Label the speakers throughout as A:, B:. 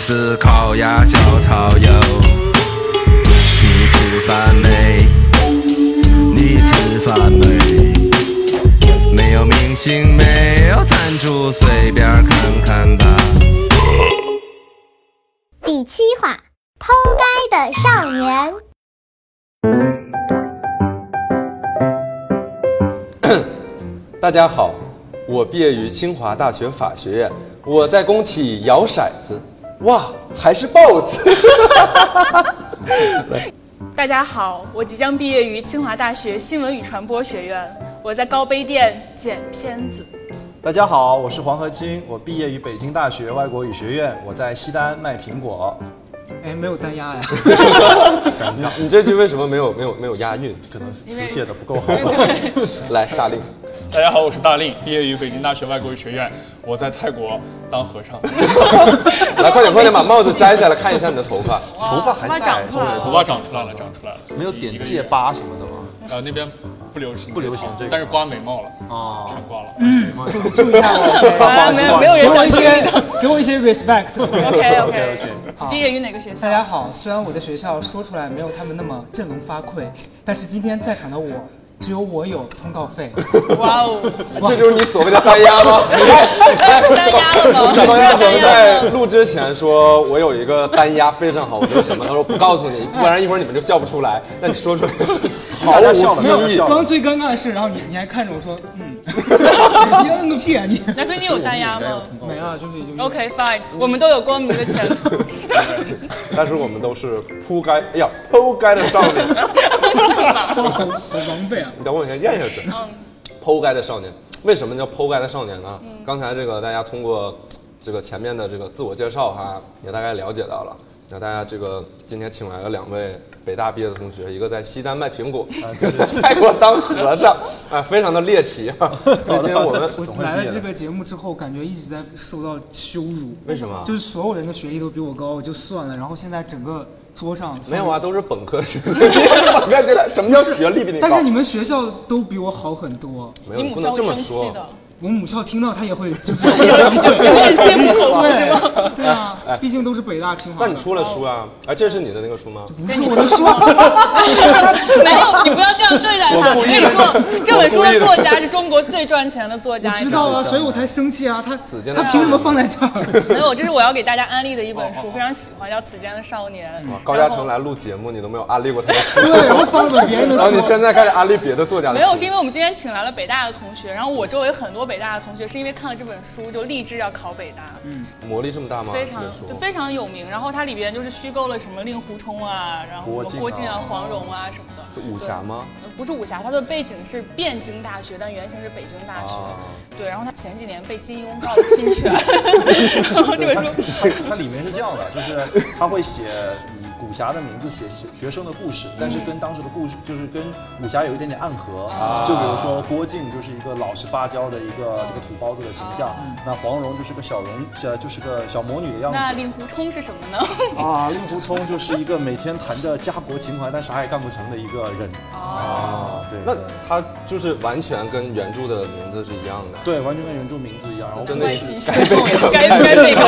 A: 是烤鸭、小炒油。你吃饭没？你吃饭没？没有明星，没有赞助，随便看看吧。
B: 第七话，剖开的少年。
C: 大家好，我毕业于清华大学法学院，我在工体摇骰子，哇，还是豹子。
D: 大家好，我即将毕业于清华大学新闻与传播学院，我在高碑店剪片子。
E: 大家好，我是黄河清，我毕业于北京大学外国语学院，我在西单卖苹果。
F: 哎，没有单压呀，
C: 你这句为什么没有没有没有押韵？
E: 可能是词写的不够好
D: 对。对对
C: 来，大令，
G: 大家好，我是大令，毕业于北京大学外国语学院，我在泰国当和尚，
E: 哦
C: 来快点快点把帽子摘下来，看一下你的头发。
E: 头发还在，
G: 头发长出来了，长出来了，
E: 没有
G: 一
E: 点
G: 个
E: 戒
G: 月
E: 疤什么的吗？
G: 呃，那边不流行，哦
E: 不流行这个
G: 但是刮眉毛了，
E: 哦
G: 全刮了。
F: 注意一下我。
D: 啊，没有没有
F: 给
D: 人
F: 我
D: 想
F: 一
D: 听。
F: 些， 给我一些 respect。
D: OK OK
E: OK OK。
D: 毕业于哪个学校
F: 大？家好，虽然我的学校说出来没有他们那么振聋发聩，但是今天在场的我，只有我有通 告费。
D: 哇 哦，
C: 这就是你所谓的单押 吗？
D: 单压了吗？
C: 刚才 我们在
D: 了吗？
C: 录之前说，我有一个单押非常好，我说什么？他说不告诉你，不然一会儿你们就笑不出来。那你说出来，
E: 大家笑了，
F: 没
E: 大家
F: 有，
E: 笑
F: 刚
E: 了。
F: 最尴尬的是，然后你你还看着我说， 嗯，你摁个屁啊你！
D: 那所以你有单压吗
F: 没啊，就是就是。
D: ？OK fine，我们都有光明的前 途。
C: 但是我们都是扑街，哎呀，剖街的少年。
F: 我 好好狼狈啊！
C: 你等我先咽下去。剖开的少年，为什么叫剖开的少年呢？刚才这个大家通过这个前面的这个自我介绍哈、也大概了解到了。那大家这个今天请来了两位北大毕业的同学，一个在西单卖苹果，
D: 啊
C: 一个 在泰国当和尚，啊，非常的猎奇啊。 所以今天我们
F: 我来了这个节目之后，感觉一直在受到羞辱。
C: 为什么
F: 就是所有人的学历都比我高，我就算了。然后现在整个桌上
C: 没有啊，，都是本科生，你是本科生，什么叫学历比你高？
F: 但是你们学校都比我好很多。
C: 没有，
D: 你
C: 你不
D: 母
C: 能
D: 校
C: 这么
D: 生气
C: 说。
D: 的，
F: 我母校听到他也会就是
D: 有点心服口服是吗？
F: 对对啊，毕竟都是北大清华
C: 那你
F: 的。
C: 出了书
D: 哦
C: 啊？哎，这是你的那个书吗？
F: 不是我的书啊，
D: 没有，你不要这样对待他。我跟你说，这本书的作家是中国最赚钱的作家。
F: 我知道啊，所以我才生气啊。他
C: 死间的
F: 他凭什么放在这 儿？
D: 没有，这是我要给大家安利的一本书，非常喜欢，叫《此间的少年》。
C: 高嘉诚来录节目，你都没有安利过他的书。
F: 对，然后放了本别人的
C: 然后你
F: 书
C: 现。在开始安利别的作家的
D: 没
C: 书
D: 有，是因为我们今天请来了北大的同学，然后我周围很多北大的同学是因为看了这本书就立志要考北大，
C: 魔力这么大吗？
D: 非
C: 这
D: 常
C: 本书
D: 就非常有名。然后它里边就是虚构了什么令狐冲啊，然后什么
E: 郭
D: 郭
E: 靖
D: 靖
E: 啊
D: 啊、黄蓉啊什么的。
C: 武侠吗？
D: 呃不是武侠，它的背景是汴京大学，但原型是北京大学。
C: 啊
D: 对，然后他前几年被金庸告侵权，然后这本书
E: 它它里面是这样的，就是他会写以武侠的名字写写学生的故事，但是跟当时的故事就是跟武侠有一点点暗合。就比如说郭靖就是一个老实巴交的一个这个土包子的形象，那黄蓉就是个小容，呃，就是个小魔女的样
D: 那
E: 子。
D: 令狐冲是什么呢？
E: 啊，令狐冲就是一个每天谈着家国情怀但啥也干不成的一个人。
D: 哦
C: 哦
E: 啊，对，
C: 那它就是完全跟原著的名字是一样的。
E: 对，完全跟原著名字一样，然后
C: 真的
D: 关
C: 是
D: 系 深重，该该被告。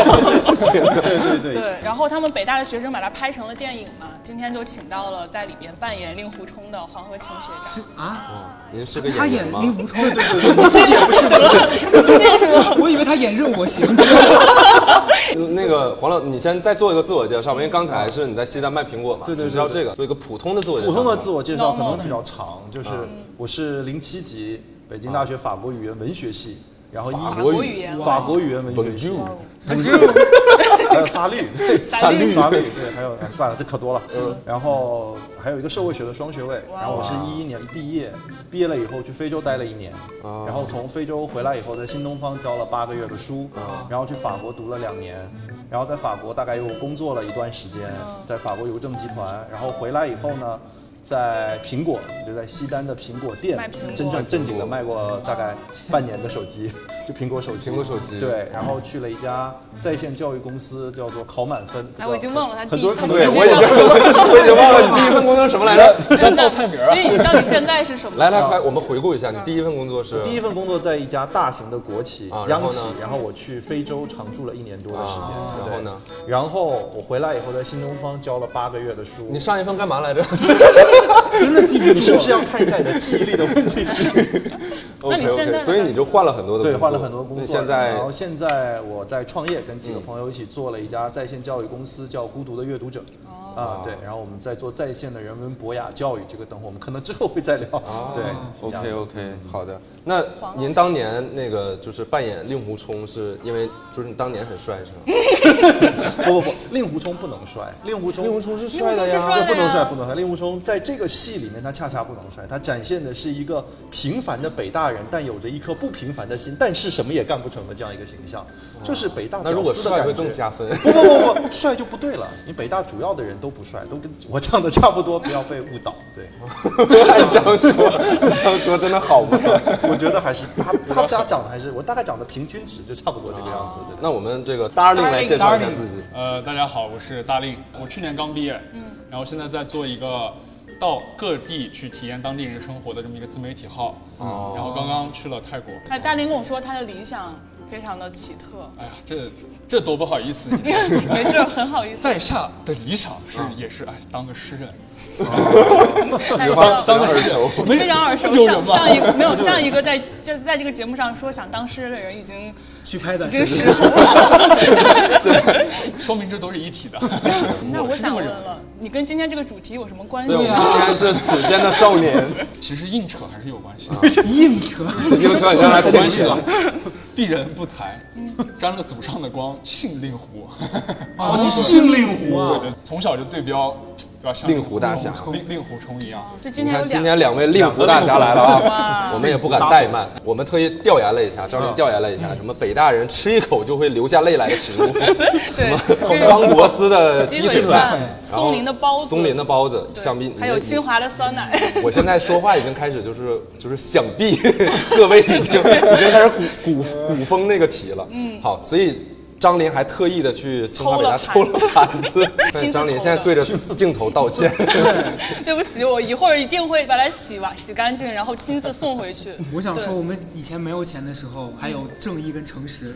E: 对对对，
D: 对，然后他们北大的学生把它拍成了电影嘛，今天就请到了在里边扮演令狐冲的黄河清学长。
F: 是啊，
C: 您是个
F: 他
C: 演
F: 演
C: 员吗？
F: 令狐冲，对对
E: 对你自己也不是的，
F: 我以为他演任我行。
C: 嗯那个黄老，你先再做一个自我介绍
D: 嗯
C: 吧，因为刚才是你在西单卖苹果嘛，
E: 对对对
C: 只知道这个，做一个普通的自我介绍。嗯
E: 普通的自我介绍可
D: normal
E: 能
D: 的
E: 比较长，就是我是零七级北京大学法国语言文学系，然后一
C: 啊法
D: 国语言
E: 法国语言文学系呃
C: Bonjour，
E: 还 有沙律，对
D: 沙律
E: 沙律，对，还有哎算了，这可多了。然后还有一个社会学的双学位，
D: 嗯哇
E: 然后我是一一年毕业，毕业了以后去非洲待了一年，
C: 哦
E: 然后从非洲回来以后，在新东方教了八个月的书，
D: 嗯
E: 然后去法国读了两年，然
D: 嗯
E: 后在法国大概又工作了一段时间，在法国邮政集团，然后回来以后呢。在苹果，就在西单的苹果店
D: 卖苹果
E: 真正正经的卖过大概半年的手机， 就苹果手机。
C: 苹果手机
E: 对，然后去了一家在线教育公司，叫做考满分。
D: 哎，我已经忘了他第
E: 很
D: 一
E: 多
D: 他
E: 很
D: 第一
E: 多
C: 对，
E: 人
C: 我也
D: 份
C: 就 我已经忘了你第一份工作是什么来着。
D: 真的
G: 报菜名儿啊
D: 所以你到底现在是什么？
C: 来来，快，我们回顾一
D: 嗯
C: 下，你第一份工作是
E: 第一份工作在一家大型的国企、
C: 啊然后
E: 央
C: 呢
E: 企，然后我去非洲常住了一年多的时间，
C: 啊
E: 对
C: 然后呢？
E: 然后我回来以后，在新东方教了八个月的书。
C: 你上一份干嘛来着？
E: 真的 记不住？你是不是要看一下你的记 忆力的问题？
D: 那你
C: OK，OK，
D: 现在呢
C: 所以你就换了很多的
E: 对，
C: 工
E: 换了
C: 作
E: 很多工
C: 你
E: 作。
C: 现在嗯
E: 然后现在我在创业，跟几个朋友一起做了一家在线教育公司，叫孤独的阅读者。
C: 哦
E: 啊，对，然后我们在做在线的人文博雅教育，这个等会我们可能之后会再聊。
C: 哦
E: 对是这样
C: OK OK，
E: 嗯
C: 好的。那您当年那个就是扮演令狐冲，是因为就是你当年很帅是吗？
E: 不不不，令狐冲不能帅，令狐冲
C: 令狐冲是帅的
D: 令狐冲是帅
C: 呀。
D: 的
E: 不能帅，不能帅。令狐冲在这个戏里面，他恰恰不能帅，他展现的是一个平凡的北大人，但有着一颗不平凡的心，但是什么也干不成的这样一个形象，就是北大
C: 那如果
E: 屌丝的
C: 帅
E: 感
C: 会
E: 觉。
C: 更加分。
E: 不不不不，帅就不对了。你北大主要的人都不帅，都跟我唱的差不多，不要被误导。 对，
C: 哎这样说，这样说真的好 不好？
E: 我觉得还是他他他长得还是我大概长得平均值就差不多这个样子。对
C: 那我们这个 Darling 来介绍一下自己。
G: 呃，大家好，我是大令，我去年刚毕业，嗯，然后现在在做一个到各地去体验当地人生活的这么一个自媒体号，
C: 哦
G: 然后刚刚去了泰国。
D: 哎，大林跟我说他的理想非常的奇特，
G: 哎呀，这这多不好意思！你知道吗
D: 没事，很好 意思。
G: 在下 的理想是
E: 嗯
G: 也是哎，当个诗人，
D: 哎
C: 当当
D: 非常
C: 耳 熟，
G: 没
D: 非常耳熟，
G: 不丢人
D: 上
G: 吧
D: 上一个没有上一个在就在这个节目上说想当诗人的人已经
F: 去拍
D: 已
F: 短视
D: 经
F: 频。
D: 失衡了。
G: 说明这都是一体 的。
D: 那
G: 我
D: 我
G: 是这
D: 想
G: 么
D: 问
G: 认为的，
D: 了，你跟今天这个主题有什么关系啊
C: 对，我们
E: 啊
D: 吗？
C: 今天是此间的少 年。
G: 其实硬扯还是有关系的，
F: 硬扯，
C: 又说你刚才
G: 有
C: 关
G: 关
C: 系
G: 系
C: 了
G: 的。 鄙人不才，沾了祖上的光，姓令狐。
E: 哦，你信令狐啊？
G: 对，从小就对标，对吧？像
C: 令狐大侠
G: 令令狐冲一样。
D: 所以今
C: 你
D: 天有
C: 看，今
D: 两
C: 天两位令狐大侠来了啊
D: 哇，
C: 我们也不敢怠慢，
E: 嗯
C: 我们特意调研了一下，张琳调研了一下，什么北大人吃一口就会流下泪来的食物，
D: 对，
C: 方国思 的
D: 鸡
C: 鸡
D: 腿
C: 腿
D: 饭
C: 饭，然后
D: 松林的包子，
C: 松林的包子，
D: 对
C: 想必你
D: 还有清。华的酸奶。
C: 你我现在说话已经开始就是就是想必各位已经已经开始古古古风那个题了。嗯，好，所以。张琳还特意的去清华北大
D: 偷
C: 偷
D: 了
C: 了盘子， 对
D: 亲自
C: 张琳
D: 偷
C: 现在
D: 的
C: 对着镜头 道歉。
D: 对不起，我一会儿一定会把它洗完、洗干净，然后亲自送回去。
F: 我想说，
D: 对
F: 我们以前没有钱的时候，还有正义跟诚实，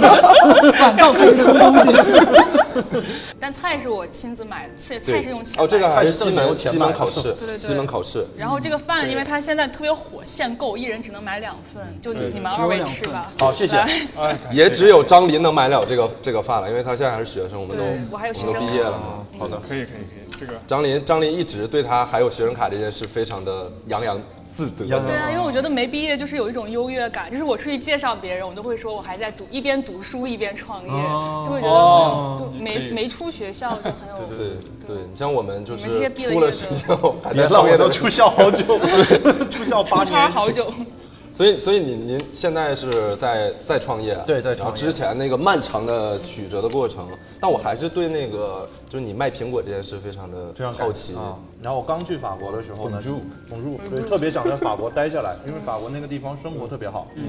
F: 反倒开始偷东西。
D: 但菜是我亲自买的，是
C: 对
D: 菜是用钱买的
C: 哦，这个还是西
E: 菜是正经
C: 门
E: 用钱
C: 西
E: 买
C: 门
E: 的
C: 考试
D: 对对，对
C: 西门考试。
D: 然后这个饭，因为它现在特别火，限购，一人只能买两份，就你你们
F: 只
D: 二
F: 有
D: 位
F: 两
D: 吃
F: 份
D: 吧。
E: 好，谢谢
D: 来。
G: 哎，感谢
C: 也只有张琳能买了这个这个饭了，因为她现在还是学生，我们都
D: 对我还有学
C: 们都
D: 生
C: 毕业了嘛。
E: 好的，
G: 可以可以可以，这个
C: 张琳张琳一直对她还有学生卡这件事非常的洋洋自得。
E: 洋洋
D: 对啊，因为我觉得没毕业就是有一种优越感，就是我出去介绍别人，我都会说我还在读，一边读书一边创业，
F: 哦
D: 就会觉得就
G: 可
D: 没
G: 以
D: 没出学校就很有。
C: 哦对对，你像我们就
D: 你们这些
C: 是
D: 毕了
C: 出了
D: 业
C: 学
D: 的
C: 校还
E: 别
C: 在
E: 了，
C: 创
E: 我
C: 业的
E: 都
C: 人，
E: 出校好久了， 出校八
D: 差
E: 年。
D: 好久，
C: 所以所以您您现在是在在创业，啊
E: 对在
C: 然后
E: 创业
C: 之前那个漫长的曲折的过程，但我还是对那个就是你卖苹果这件事非常的
E: 非常感
C: 好奇。
E: 啊。然后我刚去法国的时候呢，同住，对，特别想在法国待下来，因为法国那个地方生活特别好。嗯。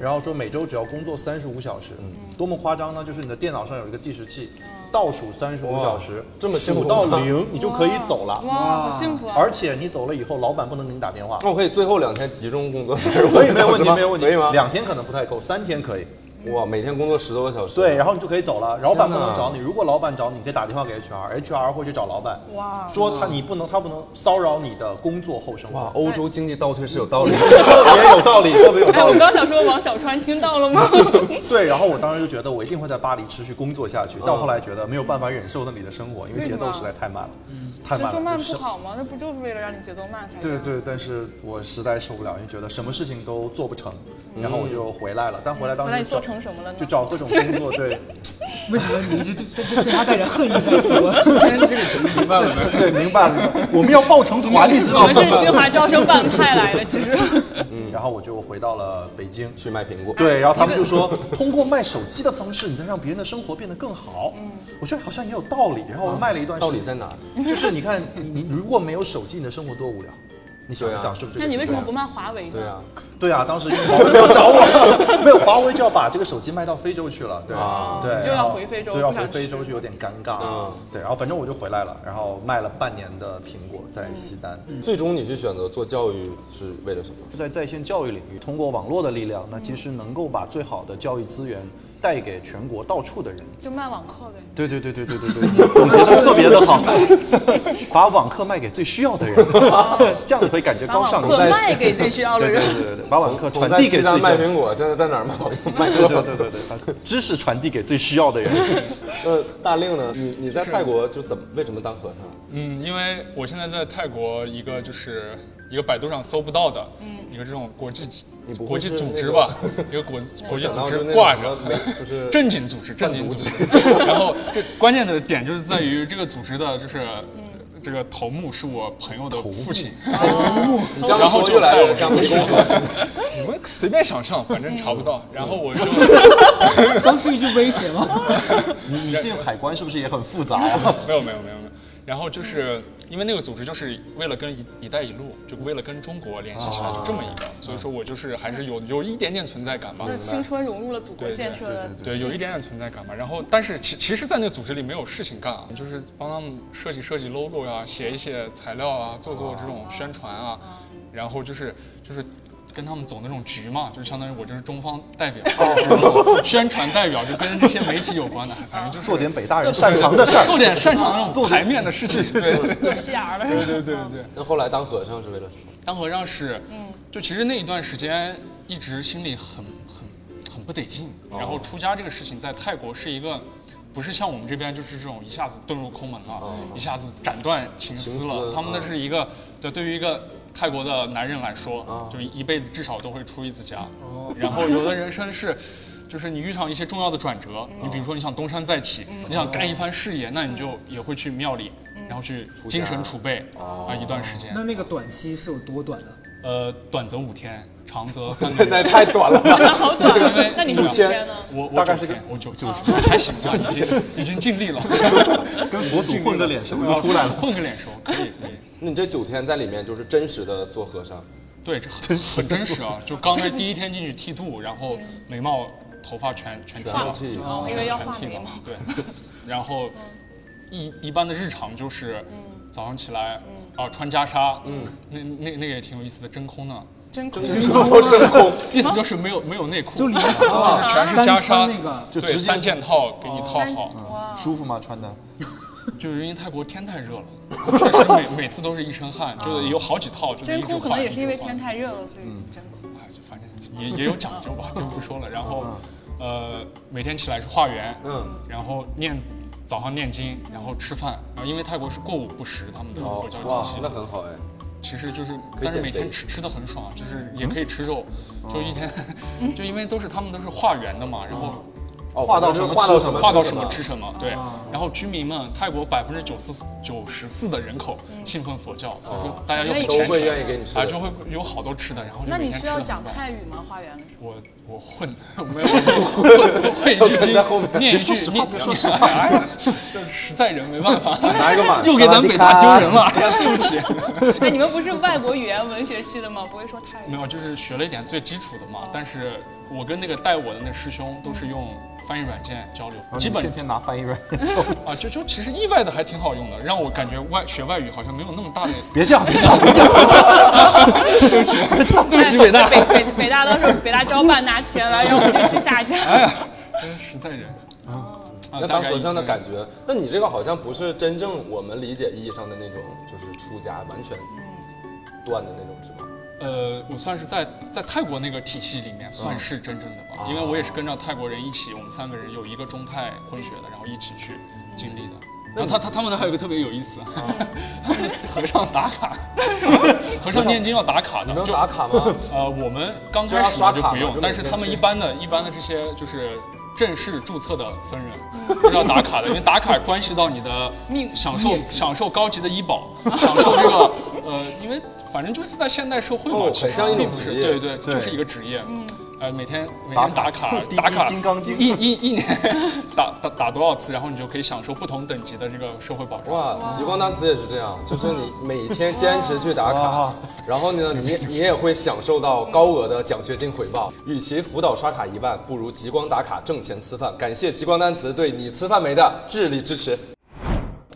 E: 然后说每周只要工作三十五小时，
C: 嗯
E: 多么夸张呢？就是你的电脑上有一个计时器，
D: 嗯
E: 倒数三十五小时，
C: 这么辛苦
E: 数到
C: 吗
E: 零你就可以走了。
D: 哇，好幸福啊！
E: 而且你走了以后，老板不能给你打电话。
C: 那我可以最后两天集中工作，可
E: 可以，没有问题，没有问题。
C: 可以哦吗？
E: 两天可能不太够，三天可以。
C: 哇，每天工作十多个小时。
E: 对，然后你就可以走了。老板不能找你，如果老板找你，你可以打电话给 HR，HR 会去找老板，
D: 哇
E: 说他你不能，他不能骚扰你的工作后生
C: 哇
E: 活，，
C: 欧洲经济倒退是有道理的。
E: 特别有道理，特别有
D: 哎，
E: 道
D: 我
E: 理。
D: 刚想说王小川听到了吗？
E: 对，然后我当时就觉得我一定会在巴黎持续工作下去，到后来觉得没有办法忍受那里的生活，因为节奏实在太慢了，太
D: 节
E: 慢
D: 奏
E: 了。
D: 慢
E: 就
D: 不
E: 是
D: 好吗？那不就是为了让你节奏慢才
E: 对
D: 好
E: 对，但是我实在受不了，因为觉得什么事情都做不成，然后我就回来了。但回来当
D: 嗯后来
E: 时
D: 你做
E: 找
D: 成什么了呢？
E: 就找各种工作，对，
F: 为什么你一直对对对他带着恨意在说？
G: 明白了没？
E: 对，明白了。我们要抱成团，你知
D: 我
E: 道
D: 们
E: 吗？
D: 是清华招生办派来的，其实。
E: 然后我就回到了北京。
C: 去卖苹果。
E: 对，然后他们 就说，通过卖手机的方式，你再让别人的生活变得更好。
C: 嗯
E: 我觉得好像也有道理。然后我卖了一段时
C: 到啊
E: 间，
C: 底在哪？
E: 就是你看，你你如果没有手机，你的生活多无聊。你想一
C: 对啊
E: 想，是不是这
D: 那
E: 个情况？
D: 你为什么不卖华为呢？
C: 对啊，
E: 对啊，当时因为华为没有找我， 没有华为就要把这个手机卖到非洲去了，对、
C: 啊
E: 对，
D: 就要
E: 然后
D: 回非洲
E: 对，要
D: 不想
E: 回
D: 去
E: 非洲就有点尴尬，
C: 嗯
E: 对，然后反正我就回来了，然后卖了半年的苹果在西单。
C: 最终你去选择做教育是为了什么？
E: 就在在线教育领域，通过网络的力量，那其实能够把最好的教育资源带给全国到处的人。
D: 就卖网课呗。
E: 对对对对对对对， 总结的特别的 好，把网课卖给最需 要的人，这样你会感觉
D: 把
E: 高尚
D: 网
E: 一
D: 课
E: 些。
D: 卖给最需 要的
E: 对对
D: 人。
E: 对对对，把网课
C: 从
E: 呃传递给
C: 从在西
E: 最
C: 单
E: 需要
C: 卖苹果，现在在哪儿卖卖
E: 对 对 对对对，把知识传递给最需要的人。
C: 呃，大令呢？你你在泰国就怎么为什么当和尚？
G: 嗯，因为我现在在泰国，一个就是一个百度上搜不到的，
E: 嗯
G: 一个这种国际
C: 你不会
G: 国际
C: 是
G: 组
C: 那
G: 织
C: 个
G: 吧， 一个国国际
C: 想到
G: 组
C: 就
G: 织
C: 那
G: 挂
C: 种
G: 着
C: 什么，就是
G: 正经组织，正
C: 贩
G: 经
C: 毒
G: 组织
C: 之。
G: 然后这关键的点就是在于这个组织的，就是
E: 嗯
G: 这个头目是我朋友的父亲，
C: 你这样
G: 然后
C: 说
G: 就
C: 越来
G: 带
C: 越
G: 我
C: 像
G: 去
C: 湄公河似的。
G: 你们随便想象，反正查不到。然后我就。
F: 刚是一句威胁吗？
E: 你你进海关是不是也很复杂呀、
G: 没有没有没有没有。然后就是因为那个组织就是为了跟一“一带一路”，就为了跟中国联系起来，就这么一个。所以说我就是还是有有一点点存在感吧
D: 就。是青春融入了祖国
G: 对对
D: 建设的
G: 对，有一点点存在感嘛。然后，但是其其实，在那个组织里没有事情干啊，就是帮他们设计设计 logo 呀、写一写材料啊，做做这种宣传啊，然后就是就是跟他们走那种局嘛，就是相当于我就是中方代表， 就是那种宣传代表，就跟这些媒体有关的，反正就是
E: 做点北大人擅长的事
G: 哦做
E: 儿。
G: 点擅长那种台面的事情。对对对
D: 做 PR 的。
G: 对对对。
C: 那后来当和尚是为了什 么？
G: 当和尚是，就其实那一段时间一直心里很很很不得劲。
C: 哦
G: 然后出家这个事情在泰国是一个，不是像我们这边就是这种一下子遁入空门了，一下子斩断情丝
C: 哦情
G: 了。
C: 丝嗯
G: 他们那是一个，对，对于一个。泰国的男人来说，
C: 啊
G: 就是一辈子至少都会出一次家。
C: 哦
G: 然后有的人生是，就是你遇上一些重要的转折，
C: 嗯
G: 你比如说你想东山再起，你想干一
C: 哦
G: 番事业，那你就也会去庙里，然后去精神储备
C: 哦
G: 啊一段时间。
F: 那那个短期是有多 短呢？
G: 呃，短则五天，长 则三个月。
E: 太 短了吧，
D: 那 好短啊
G: 因为，
D: 那你是几天呢？
G: 我我
E: 大概
G: 九
E: 是个啊
G: 天我九九天我才行吧，已经已经尽力了，
E: 跟佛祖 混个脸熟就出来了。
G: 混个脸熟可以可以。
C: 那你这九天在里面就是真实的做和尚，
G: 对，这很很真实啊！就刚那第一天进去剃度，然后眉毛、头发全全剃
C: 放
G: 了，
C: 弃。
D: 哦因为要画眉毛。嗯
G: 对，然后一一般的日常就是早上起来
D: 嗯
G: 啊穿袈裟，嗯，那那那个也挺有意思的，真空呢，
D: 真空
E: 真空，
G: 意思就是没有没有内裤，
F: 就里面是啊
G: 就是全是
F: 单
G: 袈
F: 穿
G: 裟，
F: 那个，
G: 就
E: 直接啊
G: 三件套给你套
D: 三
G: 好。
D: 哇，
E: 舒服吗？穿的？
G: 就是因为泰国天太热了，确实 每每次都是一身汗，
C: 啊
G: 就是有好几套，就是
D: 真
G: 一直
D: 空
G: 换
D: 可能也是因为天，
G: 一直
D: 太热了，所以真空。
G: 换哎就反正也也有讲究吧，就不说了。然后，呃，每天起来是化缘，
C: 啊嗯，
G: 然后念早上念经，然后吃饭，然后因为泰国是过午不食，他们的佛教
C: 哦哇
G: 体系，，
C: 那很好哎。
G: 其实就是，
C: 可以
G: 但是
C: 减
G: 每天
C: 肥嗯哦
G: 吃吃的很爽，就是也可以吃肉，就一天，
D: 嗯
G: 就因为都是他们都是化缘的嘛，然后
C: 哦，
E: 画到什么
C: 画
E: 吃
C: 到
E: 什
C: 什
E: 么
C: 么
G: 画到什么吃什么，对。然后居民们，泰国百分之九四九十四的人口
D: 嗯
G: 信奉佛教，所以说大家又很
C: 都
G: 虔
C: 会
G: 诚
C: 愿意给你吃
G: 啊，
C: 的
G: 就会有好多吃的，然后就
D: 那
G: 每
D: 你需
G: 天吃得
D: 要
G: 很
D: 讲
G: 饱
D: 泰语吗？花园？
G: 我我混，我没有我混，我混一句
E: 在后面
G: 经，念一
E: 别
G: 句
E: 说实，话
G: 念
E: 别说
G: 实话，哎呀这实在人没办法，
C: 拿一个碗
G: 又给咱北大丢人了，对不起。
D: 哎，你们不是外国语言文学系的吗？不会说泰
G: 没
D: 语？
G: 有，就是学了一点最基础的嘛，但是我跟那个带我的那师兄都是用翻译软件交流，基本
E: 哦天天拿翻译软件。
G: 啊，就就其实意外的还挺好用的，让我感觉外学外语好像没有那么大的。
E: 别这样，别这样，别这样，别这样。对不起，别这样。
G: 对不起，北大。
D: 北北北大到时候北大招办拿钱来让我们这期下 架。
G: 哎呀， 真实在人。啊
C: 那
G: 大
C: 当
G: 概
C: 和尚的
G: 意思
C: 感觉，那你这个好像不是真正我们理解意义上的那种，就是出家完全断的那种，是吗？
G: 呃，我算是在在泰国那个体系里
C: 啊
G: 面算是真正的吧，因为我也是跟着泰国人一起，我们三个人有一个中泰混血的，然后一起去经历的。
C: 嗯
G: 然后他他他们还有一个特别有意思，
C: 啊
G: 和尚打 卡，和尚念经要打卡的，
C: 你能
G: 就
C: 打卡吗？
G: 呃，我们刚
C: 就
G: 开
C: 要
G: 始
C: 刷
G: 就
C: 卡
G: 不
C: 嘛
G: 用
C: 就，每
G: 但是
C: 天
G: 他们
C: 去
G: 一般的、一般的这些就是正式注册的僧人， 不要打卡的，因为打卡关系到你的
D: 命
G: 享受
F: 业绩
G: 享受高级的 医保，享受这个呃，因为反正就是在现代社会嘛
C: 哦，
G: 其实
C: 很像一种
G: 并不是
C: 职业
G: 对对，
E: 对
G: 就是一个职业，嗯。呃，每天每
E: 打
G: 天
E: 卡
G: 打 卡
E: 滴滴
G: 打卡，
E: 金刚经
G: 一一一年打打打多少次，然后你就可以享受不同等级的这个社会保障。
C: 哇，极光大慈也是这样，就是你每天坚持去打卡
E: 哇，
C: 然后呢，你你也会享受到高额的奖学金回报。与其辅导刷卡一万，不如极光打卡挣钱吃饭。感谢极光单词对你吃饭没的智力支持。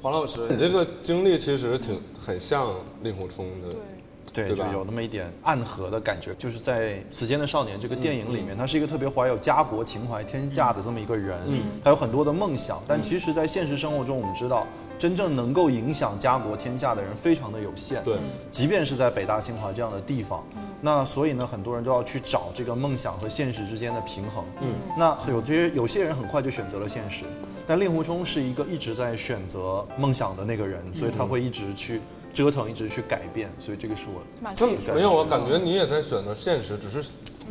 C: 黄老师，你这个经历其实挺很像令狐冲的，
E: 对，
C: 对
E: 就
C: 吧
E: 有那么一点暗合的感觉，就是在《此间的少年》这个电影里
C: 嗯
E: 面，他是一个特别怀有家国情怀、天下的这么一个人，
C: 嗯
E: 他有很多的梦想，但其实，在现实生活中，我们知道，真正能够影响家国天下的人非常的有限，
C: 对，嗯
E: 即便是在北大清华这样的地方，那所以呢，很多人都要去找这个梦想和现实之间的平衡，嗯，那有些有些人很快就选择了现实，但令狐冲是一个一直在选择梦想的那个人，
C: 嗯
E: 所以他会一直去。折腾一直去改变，所以这个是我
D: 蛮
C: 这
D: 幸运的
C: 没有啊？感觉你也在选择现实，只是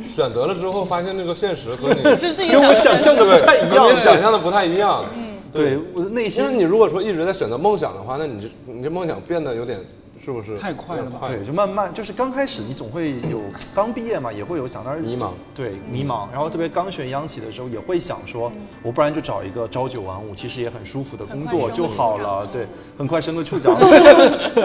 C: 选择了之后发现这个现实和 你
D: 是自己
E: 跟我想象的
C: 对
E: 不太一
C: 和
E: 样。哎
C: 你想象的不太一样。嗯，
E: 对，我的内
C: 其实
E: 心
C: 你如果说一直在选择梦想的话，那你这你这梦想变得有点是不是
F: 太快了吧
C: 有点
E: 对，就慢慢就是刚开始你总会有刚毕业嘛，也会有想当然
C: 迷茫，
E: 对
D: 嗯
E: 迷茫。然后特别刚选央企的时候，也会想说，我不然就找一个朝九晚五，其实也很舒服的工
D: 很
E: 作
D: 快升个
E: 就好
D: 处长嗯
E: 了。对，很快升个 处长，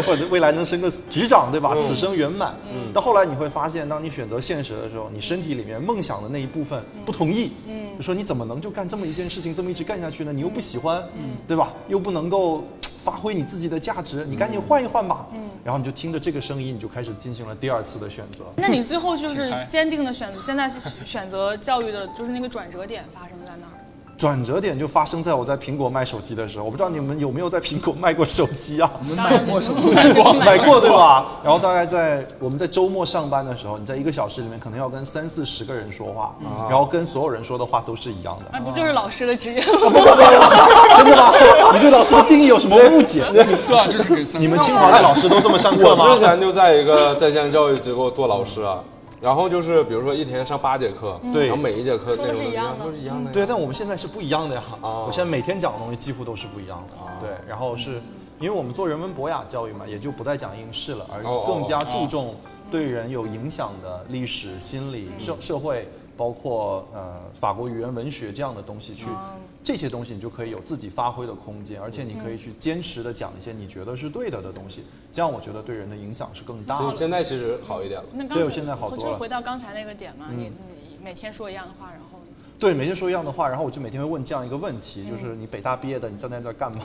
E: 或者未来能升个局长，对吧？此生圆满。
D: 嗯
E: 到后来你会发现，当你选择现实的时候，你身体里面梦想的那一部分
D: 嗯
E: 不同意，就说你怎么能就干这么一件事情，这么一直干下去呢？你
D: 嗯
E: 又不喜欢，对吧？又不能够。发挥你自己的价值，你赶
D: 嗯
E: 紧换一换吧。然后你就听着这个声音，你就开始进行了第二次的选择。
D: 那你最后就
G: 挺
D: 是
G: 嗨
D: 坚定的选择，现在是选择教育的，就是那个转折点发生在哪儿？
E: 转折点就发生在我在苹果卖手机的时候，我不知道你们有没有在苹果卖过手机 啊？
F: 我们买过手机，
E: 买过对吧？然后大概在我们在周末上班的时候，你在一个小时里面可能要跟三四十个人说话，然后跟所有人说的话都是一样的。
D: 那啊不就是老师的职业吗？
E: 真的吗？ 你对老师的定义有什么误解？
G: 对啊，就是给僧
E: 你们清华的老师都这么上课
C: 我之
E: 吗？
C: 前就在一个在线教育机构做老师啊，然后就是比如说一天上八节课，
E: 对嗯
C: 然后每一节课内
D: 嗯说的是
C: 容
D: 一样的
C: 都是一样的呀，
E: 对，但我们现在是不一样的呀。
C: 哦
E: 我现在每天讲的东西几乎都是不一样的。对，然后是因为我们做人文博雅教育嘛，也就不再讲应试了，而
C: 哦哦
E: 更加注重对人有影响的历史、心理、
C: 嗯
E: 社社会，包括呃法国语言文学这样的东西去。
C: 哦
E: 这些东西你就可以有自己发挥的空间，而且你可
C: 嗯
E: 以去坚持的讲一些你觉得是对的的东西，这样我觉得对人的影响是更大
C: 所以
E: 的。
C: 现在其实好一点了。
D: 那
E: 对我现在好多
D: 就是
E: 了嗯
D: 回到刚才那个点嘛，你你每天说一样的话，然后呢
E: 对，每天说一样的话，然后我就每天会问这样一个问
D: 嗯
E: 题，就是你北大毕业的，你站在这儿干 嘛？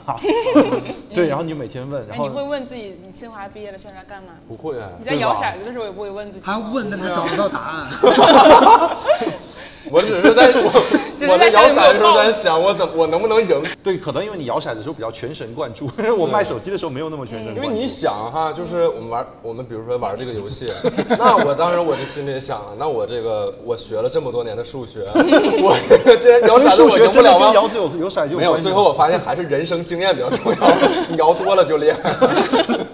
E: 对，然后你就每天问，
D: 哎，
E: 然
D: 你会
E: 后
D: 问自己，你清华毕业了，现在干嘛？
C: 不 会啊，
D: 你在摇骰子的时候也不会问自己吗，
F: 他问，但他找不到答 案。
C: 我只是在
D: 只是
C: 我
D: 在
C: 我在摇
D: 想有
C: 骰的
D: 没有
C: 时候
D: 报
C: 在想我怎我能不能赢，
E: 对，可能因为你摇骰子的时候比较全神贯注，我卖手机的时候没有那么全神
C: 因
E: 贯
C: 为
E: 注。
C: 你 想哈，就是我们玩我们比如说玩这个游戏，那我当时我就心里想了，那我这个我学了这么多年的数 学，我 这
E: 哎
C: 摇
E: 所以
C: 骰子
E: 数
C: 我
E: 学
C: 赢不
E: 真的
C: 了
E: 跟
C: 吗
E: 摇？子有有骰子有
C: 没有，
E: 关系
C: 最后我发现还是人生经验比较重要， 哦你摇多了就厉害。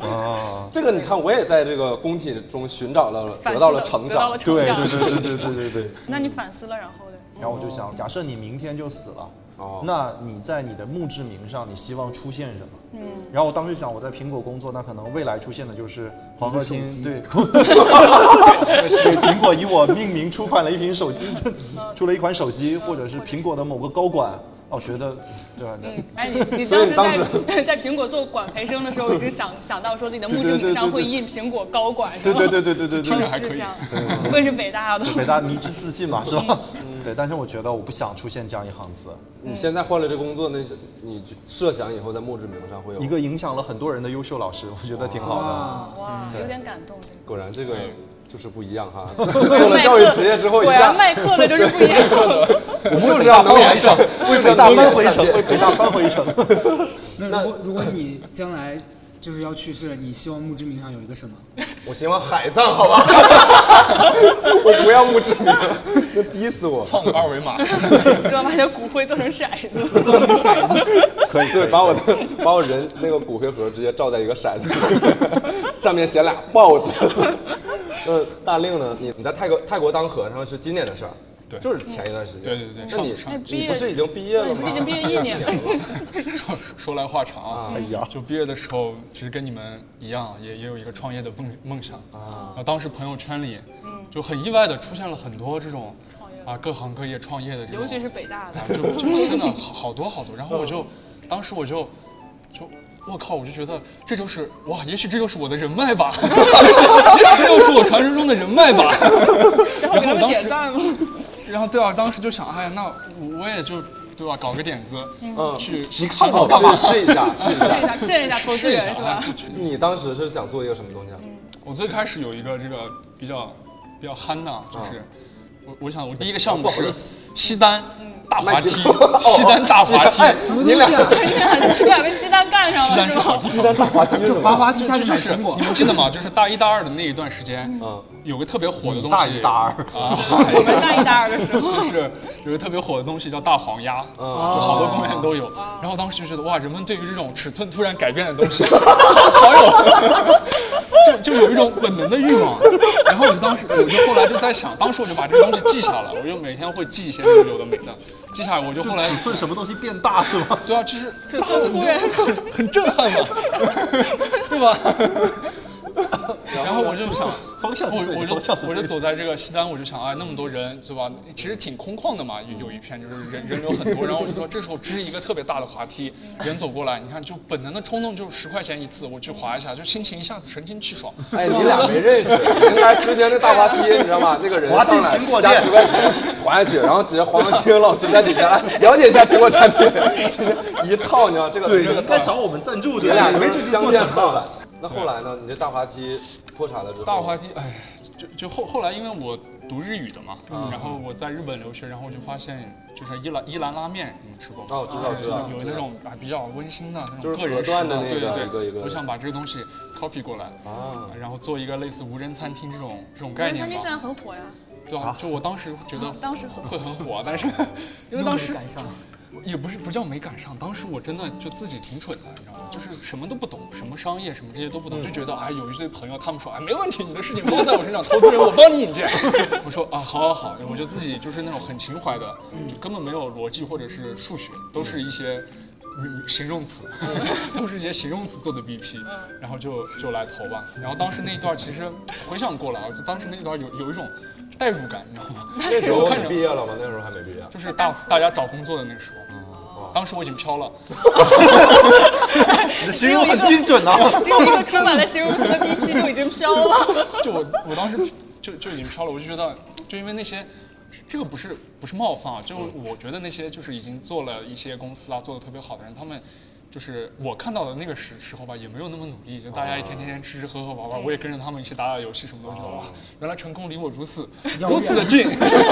E: 啊，
C: 这个你看，我也在这个工体中寻找到了，
D: 反
C: 得
D: 思
C: 到了成
D: 得到
C: 长
D: 了。成
E: 对
D: 长
E: 对对对对对对对。
D: 那你反思了，然后呢？
E: 然后我就
F: 哦
E: 想，假设你明天就死了。
C: 哦
E: 那你在你的墓志铭上，你希望出现什么？嗯，然后我当时想，我在苹果工作，那可能未来出现的就是黄河
F: 一
E: 清
F: 个手机
E: 对，对，苹果以我命名出款了一瓶手机，出了一款手机，或者是苹果的某个高管，哦，觉得对吧？
D: 哎，你你
C: 所以
D: 当
C: 你
D: 时
C: 当
D: 在 在苹果做管培生的时候，已经想想到说自己的墓志铭上会印苹果高管，
E: 对对对对对对
D: 是吧
E: 对
G: 听着
E: 对
G: 还可
D: 志
G: 以
D: 向，不愧是北大的。
E: 北大迷之自 信嘛，是吧？对，但是我觉得我不想出现这样一行字，
C: 你现在换了这工作，那是你就设想以后在墓志铭上会有
E: 一个影响了很多人的优秀老师，我觉得挺好的。
G: 啊
D: 哇，有点感动。
C: 果然这个就是不一样哈。 做了教育职业之后，一
D: 果
C: 下
D: 然卖课啊的就是不一样。
C: 我们就是要能言善，就是
E: 北
C: 要
E: 大
C: 能
E: 搬
C: 言
E: 回
C: 善
E: 城，
C: 辩。
E: 北大搬回城。
F: 那如果如果你将来就是要去世，你希望墓志铭上有一个什么？
C: 我希望海葬，好 吧？我不要墓志铭， 那逼死我。
G: 放个二维码，
D: 希望把你的骨灰做成骰子。
E: 可以，
C: 对，把我的把我人那个骨灰盒直接罩在一个骰子里， 上面写 嗯俩豹子。呃，大令呢？你你在泰国泰国当和尚是今年的事儿，
G: 对
C: 就是前一段时间。
G: 对对对
C: 那你
G: 上上
C: 你不是已经毕业
D: 对
C: 了
D: 你不
C: 吗？
D: 是已 经毕业一年了？
G: 说 说来话长啊，
E: 哎呀，
G: 就毕业的时候，其实跟你们一样，也也有一个创业的梦梦想啊。然后当时朋友圈里，就很意外的出现了很多这种
D: 嗯创业
G: 啊各行各业创业的这种，
D: 尤其是北大的
G: 啊，，就就真的好好多好多。然后我就，当时我就就。我靠！我就觉得这就是哇，也许这就是我的人脉吧， 也许也许这就是我传说中的人脉吧。
D: 然后给他
G: 我
D: 们
G: 当
D: 点
G: 时，
D: 赞 吗？
G: 然后对啊，当时就想，哎呀，那我我也就对吧，搞个点子，
C: 嗯
G: 去
C: 你看我干嘛？试一下，试一
D: 震一
C: 下。
D: 下，震一下投资
G: 试一
D: 人
G: 下
D: 是
G: 啊
D: 吧？
G: 就就
C: 你当时是想做一个什么东西啊？
G: 我最开始有一个这个比较比较憨的，就是我我想我第一个项目
C: 啊不好意
G: 是
C: 思
G: 西单大滑梯，
C: 麦吉 哦
G: 西单大滑 梯，
C: 哎
F: 什么
C: 你
F: 东
C: 俩
F: 西啊？
D: 你俩你俩跟鸡蛋干上
G: 西
D: 了
G: 单
D: 是
G: 是滑
D: 吗？
G: 梯。
C: 西单大滑梯是
F: 就
C: 什
F: 滑
C: 么？
F: 滑梯下去买
G: 就是
F: 苹果
G: 你。们记得吗？就是大一、大二的那一段时间，
C: 嗯，
G: 有个特别火的东西，
E: 大一大二
G: 啊，
D: 我们大一大二的时候，
G: 就是有个特别火的东西叫大黄鸭，
E: 嗯
G: 就好多公园都有。
D: 哦
G: 然后当时就觉得哇，人们对于这种尺寸突然改变的东 西，好有，就 就有一种本能的欲望。然后我就当时，我就后来就在想，当时我就把这个东西记下来，我就每天会记一些这个有的没的，记下来我就 后
E: 就
G: 来
E: 尺寸什么东西变大是吗？
G: 对啊，就是
D: 尺寸突 然
G: 很震撼嘛， 对吧？ 然后我就想，
E: 方向是对的
G: 我我
E: 方向是
G: 就
E: 对
G: 我
E: 的
G: 就走在这个西单，我就想，哎，那么多人，对吧？其实挺空旷的嘛，有有一片就是人人流很多。然后我就说，这时候支一个特别大的滑梯，人走过来，你看，就本能的冲动就是十块钱一次，我去滑一下，就心情一下子神清气爽。
C: 哎，你俩没认识，应该之前那大滑梯，你知道吗？那个人
E: 滑进
C: 上来
E: 苹果
C: 加
E: 店
C: 十块钱滑下去，然后直接黄文清老师在底下来了解一下苹果产品，直接一套，你知道这个
E: 对，
C: 这个
E: 应该找我们赞助
C: 你
E: 的，
C: 俩
E: 没
C: 就是
E: 最近
C: 相
E: 做
C: 见
E: 成
C: 恨晚
E: 了。。
C: 那后来呢？你这大滑梯破产了之后，
G: 大滑梯，哎，就就后后来，因为我读日语的嘛，
C: 嗯
G: 然后我在日本留学，然后我就发现，就是伊兰伊兰拉面，你们吃过吗？
C: 哦知道
G: 就
C: 知道
G: 有
C: 知道
G: 那种啊比较温馨的那
C: 就
G: 种
C: 是
G: 个人
C: 隔断
G: 食
C: 的
G: 堂
C: 那
G: 对
C: 个
G: 对
C: 一个
G: 对
C: 一个
G: 我想把这个东西 copy 过来。
C: 啊，
G: 然后做一个类似无人餐厅这种这种概
D: 人
G: 念
D: 餐厅现在
G: 吧，
D: 很火呀，
G: 对啊，就我当时觉得
D: 啊当时很
G: 会很 火，但是因为当
F: 又
G: 时
F: 没赶上
G: 也不是不叫没赶上，当时我真的就自己挺蠢的，你知道吗？就是什么都不懂，什么商业什么这些都不懂，就觉得哎有一堆朋友他们说哎没问题，你的事情包在我身上，投资人我帮你引荐。 我说啊好好好，我就自己就是那种很情怀的，就根本没有逻辑或者是数学，都是一些。嗯形容词， 都是一些形容词做的 BP，然后就就来投吧。然后当时那一段其实回想过来啊，就当时那一段有有一种代入感，你知道吗？
C: 那时候
G: 我看
C: 你
G: 着
C: 毕业了吗？那时候还没毕业。
G: 就是大大家找工作的那个时候，当时我已经飘了，
E: 你的形容很精准啊！
D: 只有一个充满了形容词的 BP 就已经飘 了。
G: 就我我当时就就已经飘了，我就觉得就因为那些。这个不是不是冒犯啊，就
E: 嗯
G: 我觉得那些就是已经做了一些公司啊，做的特别好的人，他们就是我看到的那个时时候吧，也没有那么努力，就大家一天
E: 哦
G: 天天吃吃喝喝玩玩，我也跟着他们一起打打游戏什么东西的，哇，原来成功离我 如此如此的近，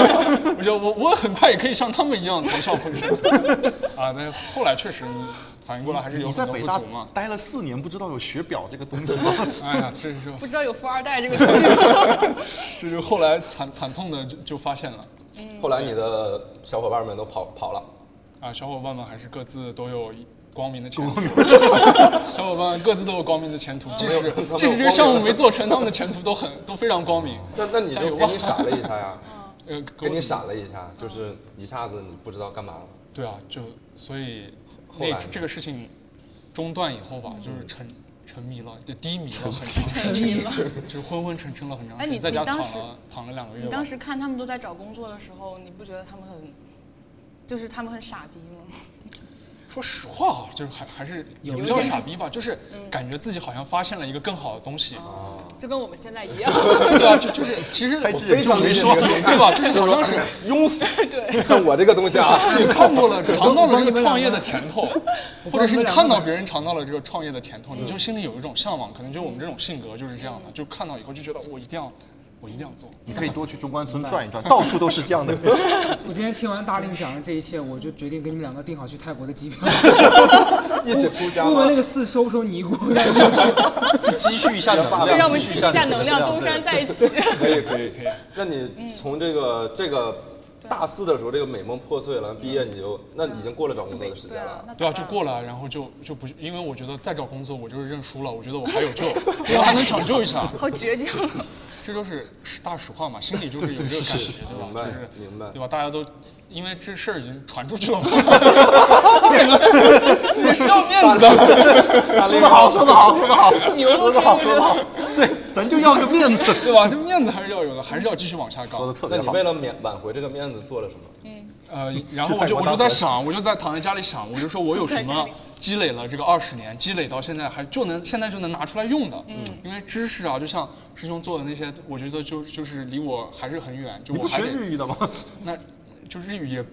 G: 我觉得我我很快也可以像他们一样谈笑风生 啊。但是后来确实反应过来还是有
E: 你
G: 很
E: 在
G: 多
E: 北
G: 不
E: 大
G: 足嘛，
E: 待了四年，不知道有学表这个东西吗？
G: 哎呀，这是
D: 不知道有富二代这个东西，
G: 这是后来惨惨痛的就就发现了。
C: 后来你的小伙伴们都跑跑了，
G: 啊，小伙伴们还是各自都有光明的前途， 小伙伴们各自都有光明的前途，即使
C: 他们有
G: 即
C: 光明
G: 使这个
C: 的
G: 项目没做成，他们的前途都很都非常光明。
C: 那那你
G: 加
C: 就
G: 油
C: 给
G: 吧
C: 你闪了一下呀，
G: 呃，
C: 给你
G: 傻。
C: 闪了一下，就是一下子你不知道干嘛 了。
G: 对啊，就所以
C: 后
G: 那
C: 来呢嗯
G: 这个事情中断以后吧，就是沉沉迷了，就低迷了很长时
D: 沉
G: 间，
D: 迷了。
G: 就是昏昏沉沉了很长
D: 哎
G: 时
D: 你
G: 间，在家
D: 你
G: 躺
D: 当时
G: 了躺了两个月
D: 你
G: 吧。
D: 当时看他们都在找工作的时候，你不觉得他们很，就是他们很傻逼吗？
G: 说实话啊，就是还还是
F: 有
G: 也
F: 一
G: 不叫
F: 点
G: 傻逼吧，就是
D: 嗯
G: 感觉自己好像发现了一个更好的东西。
D: 哦就跟我们现在一样，
G: 对啊，就就是其实
E: 开
G: 我
E: 机
C: 非常理解这个心态
G: 对吧？就是好像是
C: 庸俗。看我这个东西 啊，
G: 你看过了，尝到了这个创业的甜 头，或者是你看到别人尝到了这个创业的甜头，你就心里有一种向往，可能就我们这种性格就是这样的，就看到以后就觉得我一定要，我一定要做。
E: 你可以多去中关村转一转，到处都是这样的人。
F: 我今天听完大令讲的这一切，我就决定给你们两个订好去泰国的机票。
C: 一起出家
F: 问
C: 吗
F: 问？那个寺收不收尼姑？带进去
E: 去积蓄一下能
D: 让
E: 量，
D: 我们
E: 积
D: 积
E: 蓄
D: 蓄一下能量，
E: 对
D: 东山再起。
C: 可以可以可以。那你从这个这个大四的时候，这个美梦破碎了，毕业你就那已经过了找工作的时
D: 对
C: 间
D: 啊
C: 了，。
D: 那
G: 对啊，就
D: 咋办
G: 过了，然后就就不，因为我觉得再找工作我就是认输了，我觉得我还有 救，因为还能抢救一下，
D: 好倔强，
G: 这就是实大实话嘛，心里就是有这个感
E: 是是
G: 觉，
E: 是
G: 对吧？
C: 明
G: 就
C: 白
G: 是
C: 明白
G: 对吧？大家都因为这事儿已经传出去了嘛，也是要面子的，
E: 说得好，说得好，说得好，
D: 牛
E: 说得好，说得好，对，咱就要个面子，
G: 对吧？这面子还是要有的，还是要继续往下
E: 说
G: 搞
E: 的。特
C: 那
E: 别
C: 你
E: 好
C: 为。了免挽回这个面子做了什么？
G: 呃，然后我就我就在想，我就在躺在家里想，我就说我有什么积累了这个二十年，积累到现在还就能现在就能拿出来用的，嗯，因为知识啊，就像师兄做的那些，我觉得就就是离我还是很远，就
E: 你
G: 我
E: 不
G: 还
E: 学
G: 得
E: 日语的吗？
G: 那就日语也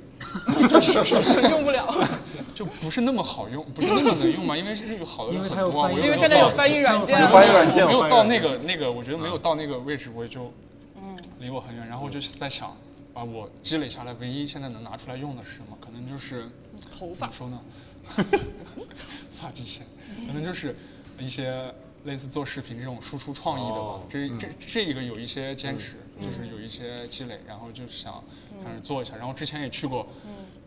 D: 用不了，
G: 就不是那么好用，不是那么能用嘛，因为日语好的
F: 因为它
G: 很多啊，
F: 有翻译
G: 我又
D: 因为
G: 不
D: 现
G: 知
D: 在有
G: 道
D: 翻译软件
E: 有翻译
D: 了。
E: 软件，
G: 没
E: 有翻
G: 有
E: 译
G: 到
E: 软
G: 那
E: 件
G: 个那个，我觉得没
C: 嗯
G: 有到那个位置，我就
D: 嗯
G: 离我很远。然后我就在想，啊，我积累下来唯一现在能拿出来用的是什么？可能就是
D: 头
G: 怎
D: 发嗯
G: 么说呢？发际线，可能就是一些类似做视频这种输出创意的吧
C: 哦。嗯
G: 这这这一个有一些坚持，就是有一些积累，然后就想
D: 嗯
G: 开始做一下。然后之前也去过，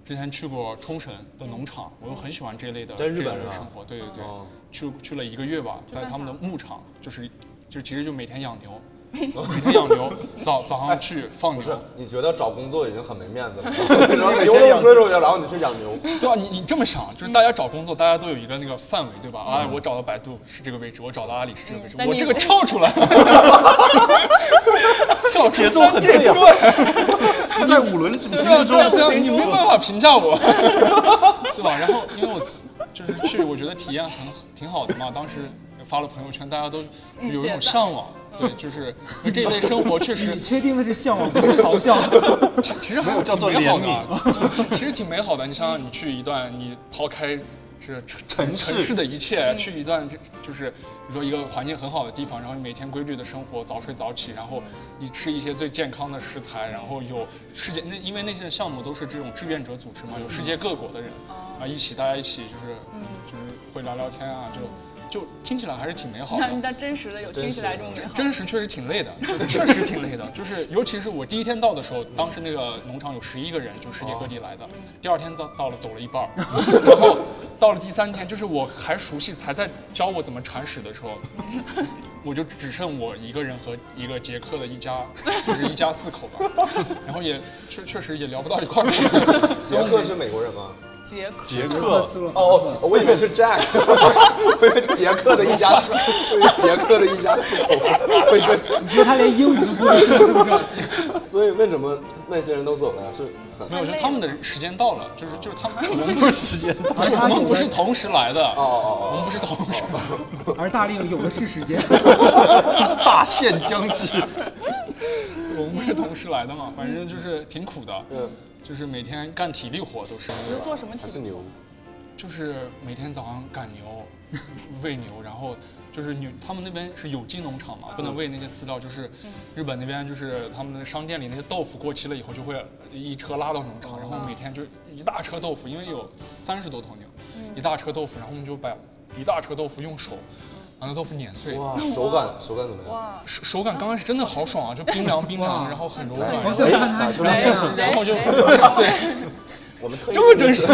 G: 之前去过冲绳
D: 嗯
G: 的农场，我又很喜欢这类的
C: 在日本
G: 这类的
C: 啊
G: 生活。对对对
C: 哦，
G: 去去了一个月吧，在
D: 干
G: 他们的
D: 啥
G: 牧场，就是就其实就每天养 牛。每天养牛，早早上去放
C: 不是
G: 牛，，
C: 你觉得找工作已经很没面 子了，
E: 每天
C: 牛
E: 养
C: 龙水煮的，然后你去养牛，
G: 对啊，你你这么想，就是大家找工作，大家都有一个那个范围，对吧？
E: 嗯
G: 哎，我找到百度是这个位置，我找到阿里是这个位置
D: 嗯，但
G: 我
D: 你
G: 这个跳出 来，跳出
E: 节奏很对 啊，你在五轮评
G: 对啊
E: 之
G: 对啊
E: 中，
G: 对啊，你没有办法评价 我，对吧？然后因为我就是去，我觉得体验很挺好的嘛，当时发了朋友圈，大家都有一种向往，嗯对，嗯就是这一类生活确实
F: 你确定的是向往，不是嘲笑？
G: 其实还
E: 没有叫做
G: 挺美好的
E: 怜
G: 啊，其实挺美好的。你想想，你去一段，你抛开这城
E: 城市嗯
G: 城市的一切，去一段这就是比如说一个环境很好的地方，然后你每天规律的生活，早睡早起，然
E: 嗯
G: 后你吃一些最健康的食材，然后有世界那因为那些项目都是这种志愿者组织嘛，有世
E: 嗯
G: 界各国的人
E: 哦
G: 啊一起大家一起就是就是会聊聊天啊，就就听起来还是挺美好的
D: 那。那真实的有听起来这种美好，
G: 真实确实挺累的，确实挺累的。就是尤其是我第一天到的时候，当时那个农场有十一个人，就世界各地来
E: 哦
G: 的。第二天到到了走了一半儿，然后到了第三天，就是我还熟悉，才在教我怎么铲屎的 时候，我就只剩我一个人和一个捷克的一家，就是一家四口吧。然后也确确实也聊不到一块儿去。
C: 杰克是美国人吗？
D: 杰克
E: 杰
F: 克
E: 克
F: 斯洛 伐
C: 哦
F: 克，
C: 我以为是 Jack，我以为杰克的一家， 我以为杰克的一家四口，我以为
F: 你觉得他连英语都不会说，是不是？
C: 所以为什么那些人都走了？是很
G: 没有，就他们的时间到了，就是就是他们，我们
E: 这时间
G: 不是我们不是同时来的，
C: 哦
G: 我
C: 哦
G: 们不是同时。
F: 而大力有的是时间。
E: 大限将至，
G: 我们不是同时来的嘛，反正就是挺苦的，
C: 嗯
G: 就是每天干体力活都是，
D: 是做什么
C: 哦，还
D: 体
C: 是牛，
G: 就是每天早上赶牛、喂牛，然后就是牛，他们那边是有机农场嘛，不能喂那些饲料，就是日本那边就是他们的商店里那些豆腐过期了以后就会一车拉到农场，然后每天就一大车豆腐，因为有三十多头牛，一大车豆腐，然后我们就把一大车豆腐用手把那豆腐碾碎。
C: 哇，啊手感手感怎么样？
D: 哇，
G: 手手感刚开始真的好爽啊，就冰凉冰凉，
F: 哇
G: 然后很柔软，
F: 好想看他是
D: 哎
F: 这样。
G: 然后就
D: 哎
G: 对，
C: 我们特意
G: 这么真实吗？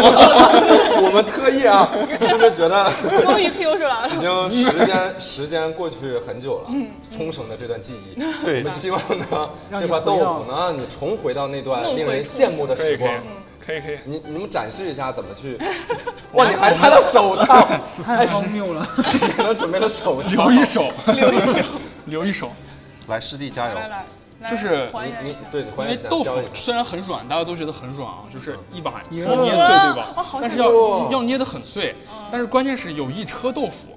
C: 我们特意啊，就是觉得
D: 终于 Q 出来
C: 已
D: 了，
C: 经时间时间过去很久了，
G: 嗯
C: 冲绳的这段记忆，
E: 对
C: 我们希望呢，
F: 让你
C: 这块豆
F: 回到
C: 腐能让你重回到那段
D: 梦回
C: 令人羡慕的
G: 可
C: 时
G: 以可以
C: 光。
G: 可以可以，
C: 你你们展示一下怎么 去？哇，你还戴了手套，
F: 太荒谬了！
C: 你可能准备了手套。
G: 留一手，留一手， 留一手。
E: 来师弟加油！
D: 来来来，
G: 就是
D: 还原一
C: 你
D: 下。
C: 对你
G: 因
C: 还原
G: 为
C: 一下，
G: 豆腐
C: 教一下。
G: 虽然很软，大家都觉得很软啊，就是一把
F: 你
G: 捏碎
F: 看
G: 对吧？
D: 哇好
G: 但是
D: 想
G: 要要捏得很碎，但是关键是有一车豆 腐，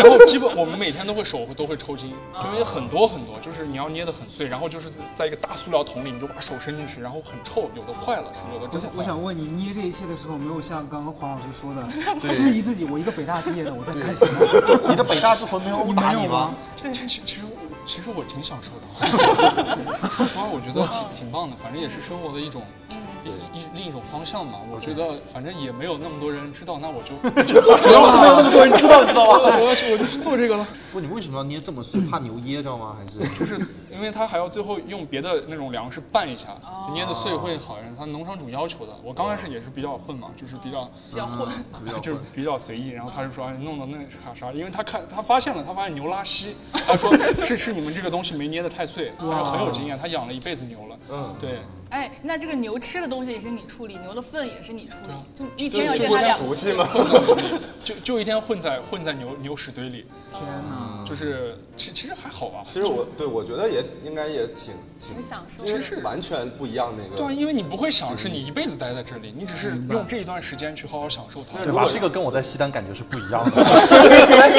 G: 然后基本我们每天都会手都会抽筋，因为很多很多，就是你要捏得很碎，然后就是在一个大塑料桶里，你就把手伸进去，然后很臭，有的坏了，有的
F: 我
G: 真的
F: 想，
G: 坏
F: 我
G: 了
F: 想问你，捏这一切的时候，没有像刚刚黄老师说的，质疑自己，我一个北大毕业的，我在干什么？
E: 你的北大之魂没有
F: 你
E: 殴打
F: 没
E: 你
F: 有
E: 吗
F: 吗？？
G: 其其其实我其实我挺享受的，啊，我觉得挺挺棒的，反正也是生活的一种。一一另一种方向嘛，我觉得反正也没有那么多人知道，那我就
E: 主要是没有那么多人知道，你知道吗？
G: 我要去我就去做这个了。
E: 不，你为什么要捏这么碎？怕牛噎着吗？还是
G: 就是因为它还要最后用别的那种粮食拌一下，捏的碎会好一点。它农场主要求的，我刚开始也是比较混嘛，就是比较
D: 比较混。
G: 就是比较随意。然后他就说哎弄的那啥啥，因为他看他发现了，他发现牛拉稀，他说是是你们这个东西没捏的太碎，他说很有经验，他养了一辈子牛了。嗯，对，
D: 哎，那这个牛吃的东西也是你处理，牛的粪也是你处理，就一
C: 就
D: 天要
C: 这
D: 见
C: 不
D: 它两
C: 熟悉吗？
G: 就就一天混在混在牛牛屎堆里，
F: 天哪！
G: 就是其其实还好吧。
C: 其实我对我觉得也应该也挺挺
D: 很享受
C: 因为完全不一样的一
G: 对啊，
C: 个。
G: 因为你不会想是你一辈子待在这里，你只是用这一段时间去好好享受它。
E: 对
C: 如
E: 吧
C: 果？
E: 这个跟我在西单感觉是不一样的。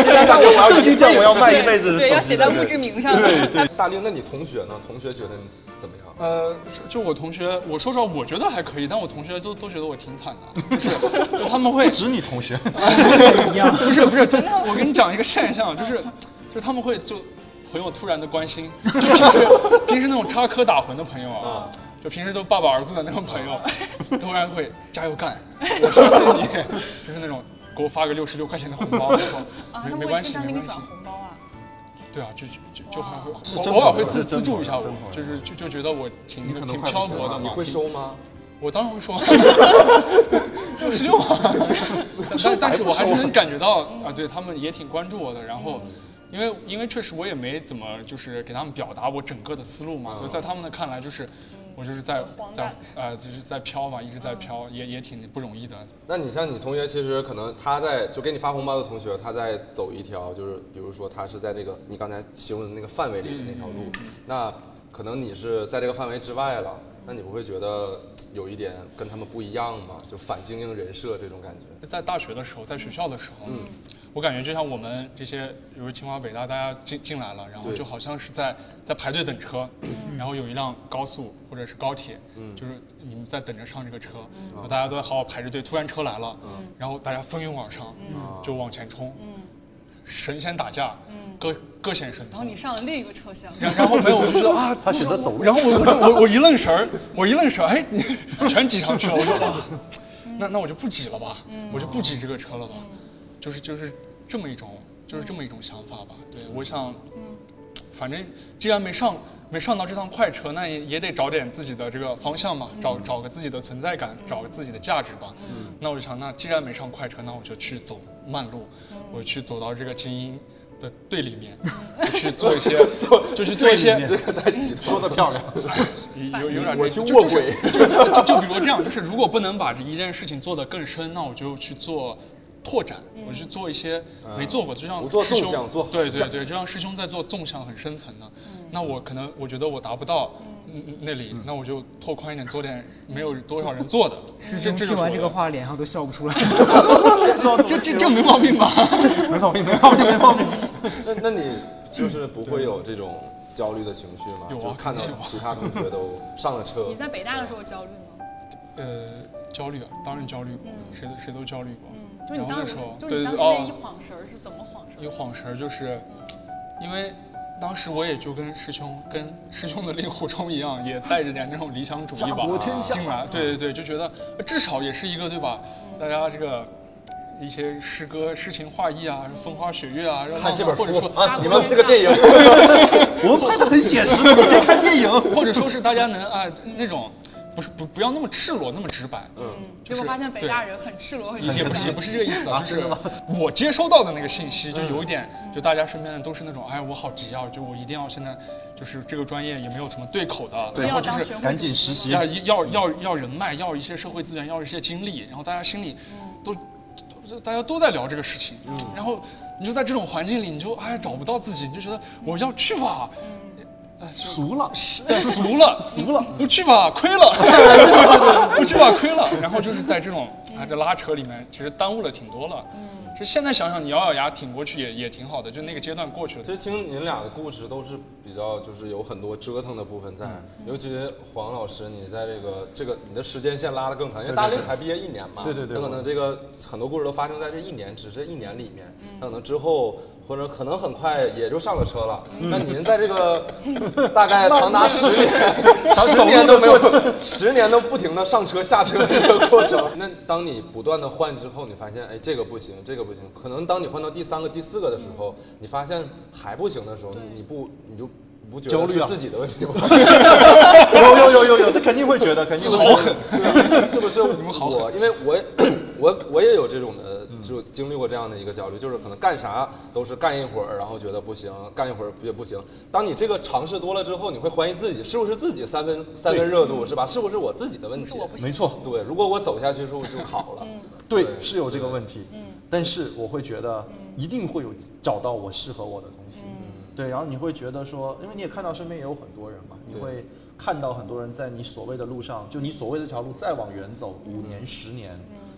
E: 西单我是正经讲，我要卖一辈子是
D: 对，要
E: 走
D: 写
E: 心
D: 在
E: 的。
D: 墓志铭上。
C: 对，大力，那你同学呢？同学觉得你怎么样？
G: 呃，就就我同学，我说实话，我觉得还可以，但我同学都都觉得我挺惨 的，就是就他们会
E: 指你同 学，
G: 不是不是，就我跟你讲一个现象，就是就是他们会就朋友突然的关心，就平时 平时那种插科打诨的朋友啊，
D: 嗯
G: 就平时都爸爸儿子的那种朋 友，突然会加油干，我相信你， 就是那种给我发个六十六块钱的红包，我说
D: 啊，他
G: 没
D: 们
G: 没
D: 会
G: 关
D: 经
G: 系
D: 常
G: 没
D: 给你
G: 关系
D: 转，红包啊。
G: 对啊，就就就就还会
E: 是
G: 我
E: 真
G: 偶尔
E: 朋
G: 会
E: 友
G: 自
E: 真
G: 资
E: 朋友
G: 助一下我
E: 真朋，友
G: 就是就就觉得我挺
E: 你可能
G: 挺
E: 快
G: 漂
E: 不行
G: 泊的
E: 了
G: 嘛，
C: 你会收吗？
G: 我当然会说， 六十 六啊，但但是我还是能感觉到啊，对他们也挺关注我的。然
E: 嗯
G: 后，因为因为确实我也没怎么就是给他们表达我整个的思路嘛，所以
E: 嗯
G: 在他们的看来就是我就是在
D: 嗯荒
G: 在
D: 诞嗯
G: 呃就是在飘嘛，一直在飘，也也挺不容易的。
C: 那你像你同学，其实可能他在就给你发红包的同学，他在走一条，就是比如说他是在那个你刚才形容的那个范围里的那条
G: 嗯
C: 路，那可能你是在这个范围之外了，那你不会觉得有一点跟他们不一样吗？就反精英人设这种感觉。
G: 在大学的时候，在学校的时候，我感觉就像我们这些，比如清华、北大，大家进进来了，然后
C: 对
G: 就好像是在在排队等车，然后有一辆高速或者是高铁，就是你们在等着上这个车，然后大家都在好好排着队，突然车来了，然后大家蜂拥而上，就往前冲，神仙打架，各各显神
D: 然后
G: 通
D: 你。上了另一个车厢，
G: 嗯然 然后没有，我就觉得啊，
E: 他选择走路
G: 然后我我我我一愣神儿， 我一愣神儿，哎，你全挤上去了，我说哇，那那我就不挤了吧，我就不挤这个车了吧，就是就是这么一种就是这么一种想法吧。对，我想，反正既然没上没上到这趟快车，那也也得找点自己的这个方向嘛，找找个自己的存在感，找个自己的价值吧。那我就想，那既然没上快车，那我就去走慢路，我去走到这个精英。的队里面，就去做一些，就去做一些，
C: 这个在集团说的漂亮，
G: 有有点
C: 我
G: 这
C: 去
G: 就
C: 卧轨
G: 就是就就就比如这样，就是如果不能把这一件事情做得更深，那我就去做拓展，
D: 嗯
G: 我去做一些没做过的，就像
C: 不嗯做
G: 师兄
C: 纵向做横
G: 对对
C: 向
G: 对，就像师兄在做纵向很深层的，
D: 嗯
G: 那我可能我觉得我达不到嗯那里，那我就拓宽一点，做点没有多少 人做的。
F: 师兄
G: 这
F: 听完这个
G: 这就是我
F: 话，脸上都笑不出来。
G: 的， 这这这没毛病吧？
E: 没毛病，没毛病，没毛病。
C: 那那你就是不会有这种焦虑的情绪吗？
G: 有啊
C: 就看到
G: 肯定有啊
C: 其他同学都上了车
D: 你，在北大的时候焦虑吗？
G: 呃，焦虑啊，当然焦虑过，谁都谁都焦虑过。
D: 嗯，就是你
G: 然后
D: 当
G: 那
D: 时
G: 时候，
D: 就
G: 对
D: 是
G: 对
D: 你当时
G: 对
D: 那
G: 哦
D: 一晃神儿是怎么晃神
G: 一
D: 儿？
G: 晃神儿，就是因为当时我也就跟师兄跟师兄的令狐冲一样，也带着点那种理想主义吧啊
E: 博天下
G: 进来，对对对，就觉得呃至少也是一个对吧？大家这个一些诗歌诗情画意啊，风花雪月啊，让
E: 看这
G: 浪
E: 本
G: 漫或者
E: 书
G: 说
E: 啊，你
D: 我
E: 们
D: 们
C: 这个电影
E: 我们拍的很写实的，你们谁看电影？
G: 或者说是大家能啊那种不是不不要那么赤裸那么直白，
D: 嗯结果发现北大人很赤裸，很
G: 也
D: 直
G: 不是也
D: 白
G: 不。是这个意思啊，就是 嗯我接收到的那个信息，就有一点，就大家身边的都是那种，哎，我好急啊，就我一定要现在，就是这个专业也没有什么对口的，
E: 对
G: 然后就
D: 当
G: 是
D: 学会
E: 赶紧实习
G: 要。要要要人脉，要一些社会资源，要一些精力，然后大家心里都都大家都在聊这个事情，然后你就在这种环境里，你就哎找不到自己，你就觉得我要去吧，哎就
E: 俗了，
G: 对，俗了，
E: 俗了
G: 不去吧，亏了，不去吧，亏了。然后就是在这种啊，这拉扯里面其实耽误了挺多了。嗯，其实现在想想，你咬咬牙挺过去也也挺好的，就那个阶段过去了
C: 其。实听您俩的故事都是比较，就是有很多折腾的部分在，
E: 嗯
C: 尤其黄老师，你在这个这个你的时间线拉得更长，因为
E: 对
C: 大
E: 对
C: 六才毕业一年嘛，
E: 对对对
C: 有可能这个很多故事都发生在这一年，只是一年里面，
E: 嗯
C: 他可能之后或者可能很快也就上了车了。
E: 嗯
C: 那您在这个 大概长达十年，十年都没有， 十年都不停的上车下车的这个过程。 那当你不断的换之后，你发现哎这个不行，这个不行。可能当你换到第三个、第四个的时候，你发现还不行的时候，你不你就不觉
E: 焦
C: 得
E: 虑
C: 是
E: 啊
C: 自己的问 题吗？
E: 有有有有有，他肯定会觉得，肯 定会觉得。
C: 是不是我？因为我 我我也有这种的，就经历过这样的一个焦虑，就是可能干啥都是干一会儿，然后觉得不行，干一会儿也不行。当你这个尝试多了之后，你会怀疑自己是不是自己三分三分热度是吧？是不是我自己的问题？
D: 是我不行
E: 没错，
C: 对，如果我走下去是不是就好了？
E: 对
C: 对，
E: 是有这个问题。但是我会觉得一定会有找到我适合我的东西。对，然后你会觉得说，因为你也看到身边也有很多人嘛，你
C: 对
E: 会看到很多人在你所谓的路上，就你所谓的这条路再往远走五年、十年，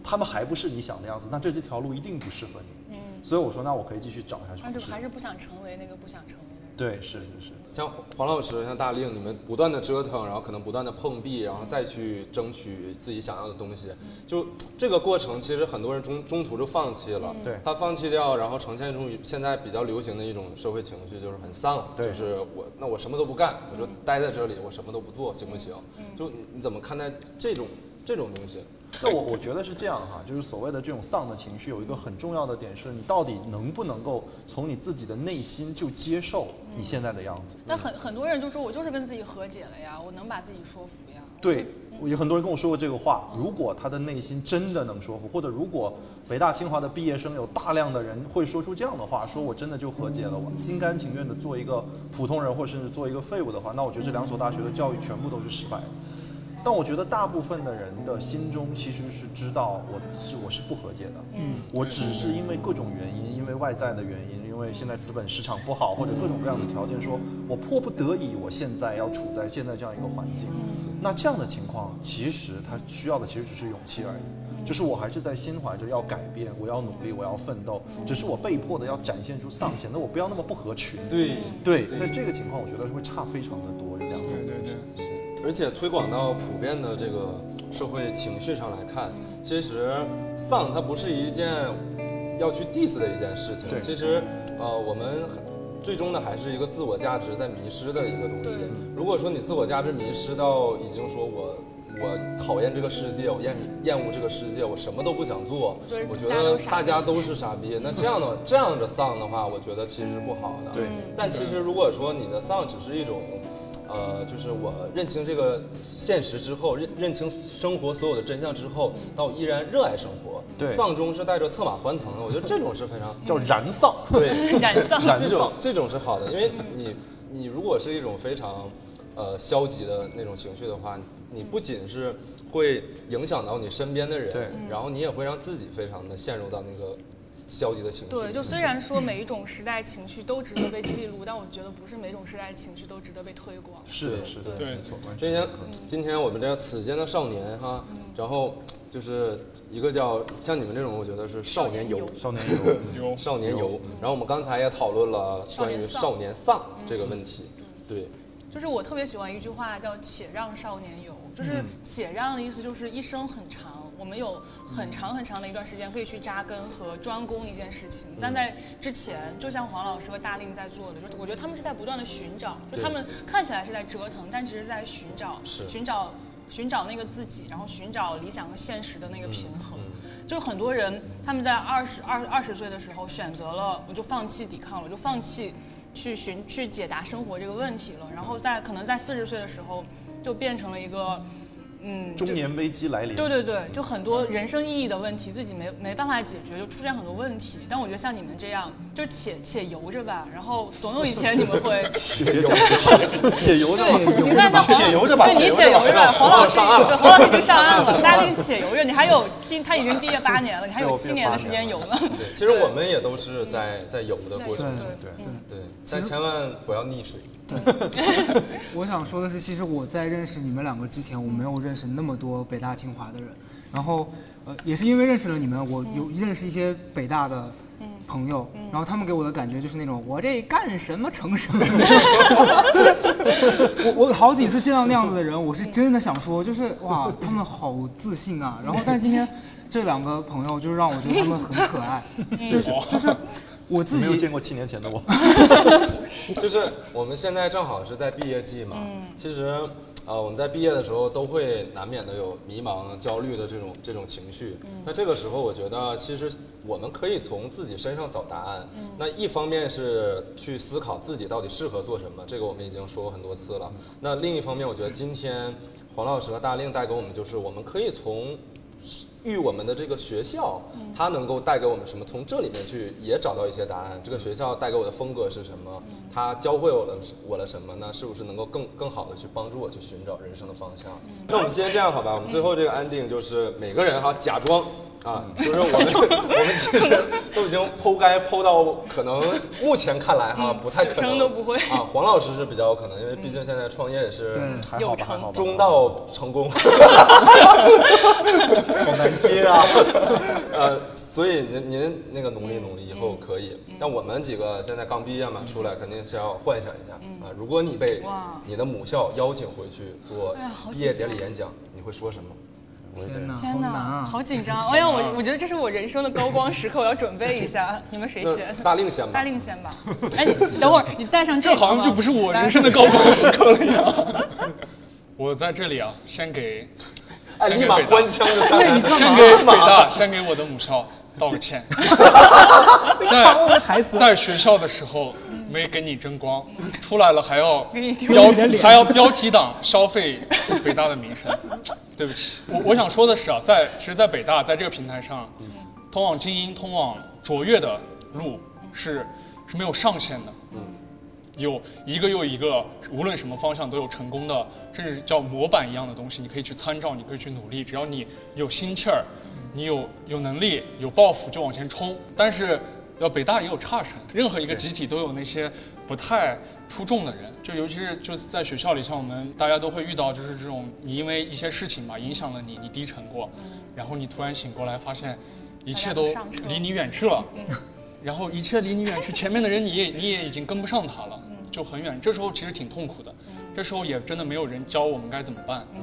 E: 他们还不是你想的样子，那这这条路一定不适合你。所以我说，那我可以继续找下去
D: 但
E: 尝
D: 就
E: 试。
D: 还是不想成为那个不想成为的人。
E: 对，是是是。
C: 像黄老师、像大令，你们不断的折腾，然后可能不断的碰壁，然后再去争取自己想要的东西。就这个过程，其实很多人中中途就放弃了。
E: 对
C: 他放弃掉，然后呈现出现在比较流行的一种社会情绪，就是很丧，
E: 对
C: 就是我那我什么都不干，我就待在这里，我什么都不做，行不行？就你你怎么看待这种这种东西？
E: 那我我觉得是这样哈，就是所谓的这种丧的情绪，有一个很重要的点是，你到底能不能够从你自己的内心就接受你现在的样子？
D: 但很很多人就说我就是跟自己和解了呀，我能把自己说服呀。
E: 对，我有很多人跟我说过这个话。如果他的内心真的能说服，或者如果北大清华的毕业生有大量的人会说出这样的话，说我真的就和解了，我心甘情愿的做一个普通人，或甚至做一个废物的话，那我觉得这两所大学的教育全部都是失败的。但我觉得大部分的人的心中其实是知道我是我是不和解的，嗯，我只是因为各种原因，因为外在的原因，因为现在资本市场不好或者各种各样的条件，说我迫不得已，我现在要处在现在这样一个环境，那这样的情况其实他需要的其实只是勇气而已，就是我还是在心怀着要改变，我要努力，我要奋斗，只是我被迫的要展现出丧，显得我不要那么不合群，
C: 对
E: 对，在这个情况我觉得是会差非常的多，有两种
G: 对对对，
C: 而且推广到普遍的这个社会情绪上来看，其实丧它不是一件要去 diss 的一件事情
E: 对。
C: 其实，呃，我们最终呢还是一个自我价值在迷失的一个东西
D: 对。
C: 如果说你自我价值迷失到已经说我。我讨厌这个世界，我厌厌恶这个世界，我什么都不想做
D: 就是。
C: 我觉
D: 大家都
C: 得
D: 傻
C: 大家都是傻逼。那这样的这样的丧的话，我觉得其实是不好的。
E: 对
C: 但其实如果说你的丧只是一种，呃，就是我认清这个现实之后，认认清生活所有的真相之后，但我依然热爱生活。
E: 对
C: 丧钟是带着策马还藤的，我觉得这种是非常
E: 叫燃丧。
C: 对。
D: 染丧，
E: 燃
C: 这
E: 丧
C: 种这种是好的，因为你你如果是一种非常呃消极的那种情绪的话，你不仅是会影响到你身边的人，
E: 对，
C: 然后你也会让自己非常的陷入到那个消极的情绪里。
D: 对，就虽然说每一种时代情绪都值得被记录，但我觉得不是每种时代情绪都值得被推广。
E: 是的，是的，
G: 对
E: 没错，完全
C: 今天今天我们这个此间的少年哈，然后就是一个叫像你们这种，我觉得是少年游，
E: 少年游。
G: 有
C: 少年游。然后我们刚才也讨论了关于少年嗯丧这个问题，对，
D: 就是我特别喜欢一句话叫“且让少年游”，就是“且让”的意思就是一生很长，我们有很长很长的一段时间可以去扎根和专攻一件事情。但在之前，就像黄老师和大令在做的，就我觉得他们是在不断的寻找，就
C: 对
D: 他们看起来是在折腾，但其实在寻找，
C: 是
D: 寻找。寻找那个自己，然后寻找理想和现实的那个平衡。就很多人他们在二十二二十岁的时候选择了，我就放弃抵抗了，我就放弃去寻去解答生活这个问题了。然后在可能在四十岁的时候，就变成了一个，嗯，就
E: 中年危机来临。
D: 对对对，就很多人生意义的问题，自己没没办法解决，就出现很多问题。但我觉得像你们这样，就且且游着吧，然后总有一天你们会
E: 别讲这些，解油着吧，
D: 你看像
E: 解油着吧，
D: 对你
E: 解
D: 解
E: 油
D: 游着吧，黄老师
C: 上岸了
D: 对黄老师已经上岸了，大家已经解游着，你还有七，他已经毕业八年了，你还有七年的时间游呢。
C: 对，嗯其实我们也都是在在游的过程中，
D: 对
E: 对
C: 对，但千万不要溺水。
F: 我想说的是，其实我在认识你们两个之前，我没有认识那么多北大清华的人。然后，呃，也是因为认识了你们，我
D: 嗯
F: 有认识一些北大的朋友，然后他们给我的感觉就是那种我这干什么 成什么，就是我我好几次见到那样子的人，我是真的想说，就是哇，他们好自信啊。然后，但是今天这两个朋友就是让我觉得他们很可爱，
D: 嗯
F: 就是就是我自
E: 没有
F: 己
E: 见过七年 前的我。
C: 就是我们现在正好是在毕业季嘛，其实，呃，我们在毕业的时候都会难免的有迷茫、焦虑的这种这种情绪。那这个时候，我觉得其实我们可以从自己身上找答案。那一方面是去思考自己到底适合做什么，这个我们已经说过很多次了。那另一方面，我觉得今天黄老师和大令带给我们就是，我们可以从与我们的这个学校，
D: 嗯
C: 它能够带给我们什么？从这里面去也找到一些答案。这个学校带给我的风格是什么？
D: 嗯
C: 它教会我了我了什么呢？是不是能够更更好的去帮助我去寻找人生的方向？
D: 嗯
C: 那我们今天这样好吧？我们最后这个 ending 就是每个人哈假装。啊，
D: 嗯
C: 就是我们我 们其实都已经剖开剖到可能目前看来哈、不太可
D: 此
C: 能
D: 嗯生都不会
C: 啊。黄老师是比较有可能，因为毕竟现在创业也是
E: 还好吧，还好吧。
C: 中道成功。
E: 好难接 啊！
C: 呃，所以您您那个努力努力，以
D: 嗯
C: 后可以。但我们几个现在刚毕业嘛，出来肯定是要幻想一下啊。如果你被
D: 嗯哇
C: 你的母校邀请回去做
D: 哎呀好
C: 毕业
D: 紧
C: 典
D: 张
C: 礼演讲，你会说什么？
F: 天哪，好
D: 天
F: 难
D: 哪，
F: 啊！
D: 好紧张！哎呀，我我觉得这是我人生的高光时刻，我要准备一下。你们谁先？
C: 那大令先吧。
D: 大令先吧。哎，你等会儿你带上这
G: 这
D: 个
G: 好像
D: 吗
G: 就不是我
D: 来
G: 人生的高光时刻了呀。 我在这里啊，先给
C: 哎，立马关枪就上
F: 对
C: 来
F: 你。干
G: 先
F: 嘛？
G: 给北大，先给我的母校道 个歉。
F: 抢我的台词！
G: 在学校的时候没给你争光，出来了还要
D: 你丢
G: 标
F: 你的脸
G: 还要标题党消费北大的名声， 对不起。我我想说的是啊，在其实，在北大在这个平台上，通往精英、通往卓越的路是是没有上限的。有一个又一个，无论什么方向都有成功的，甚至叫模板一样的东西，你可以去参照，你可以去努力。只要你有心气儿，你有有能力、有抱负，就往前冲。但是，要北大也有差生，任何一个集体都有那些不太出众的人，就尤其是就是在学校里，像我们大家都会遇到，就是这种你因为一些事情嘛影响了你，你低沉过，然后你突然醒过来，发现一切都
D: 大家都上车嗯
G: 离你远去了。 然后一切离你远去，前面的人 你也你也已经跟不上他
D: 嗯
G: 了，就很远。这时候其实挺痛苦的，这时候也真的没有人教我们该怎么办。
D: 嗯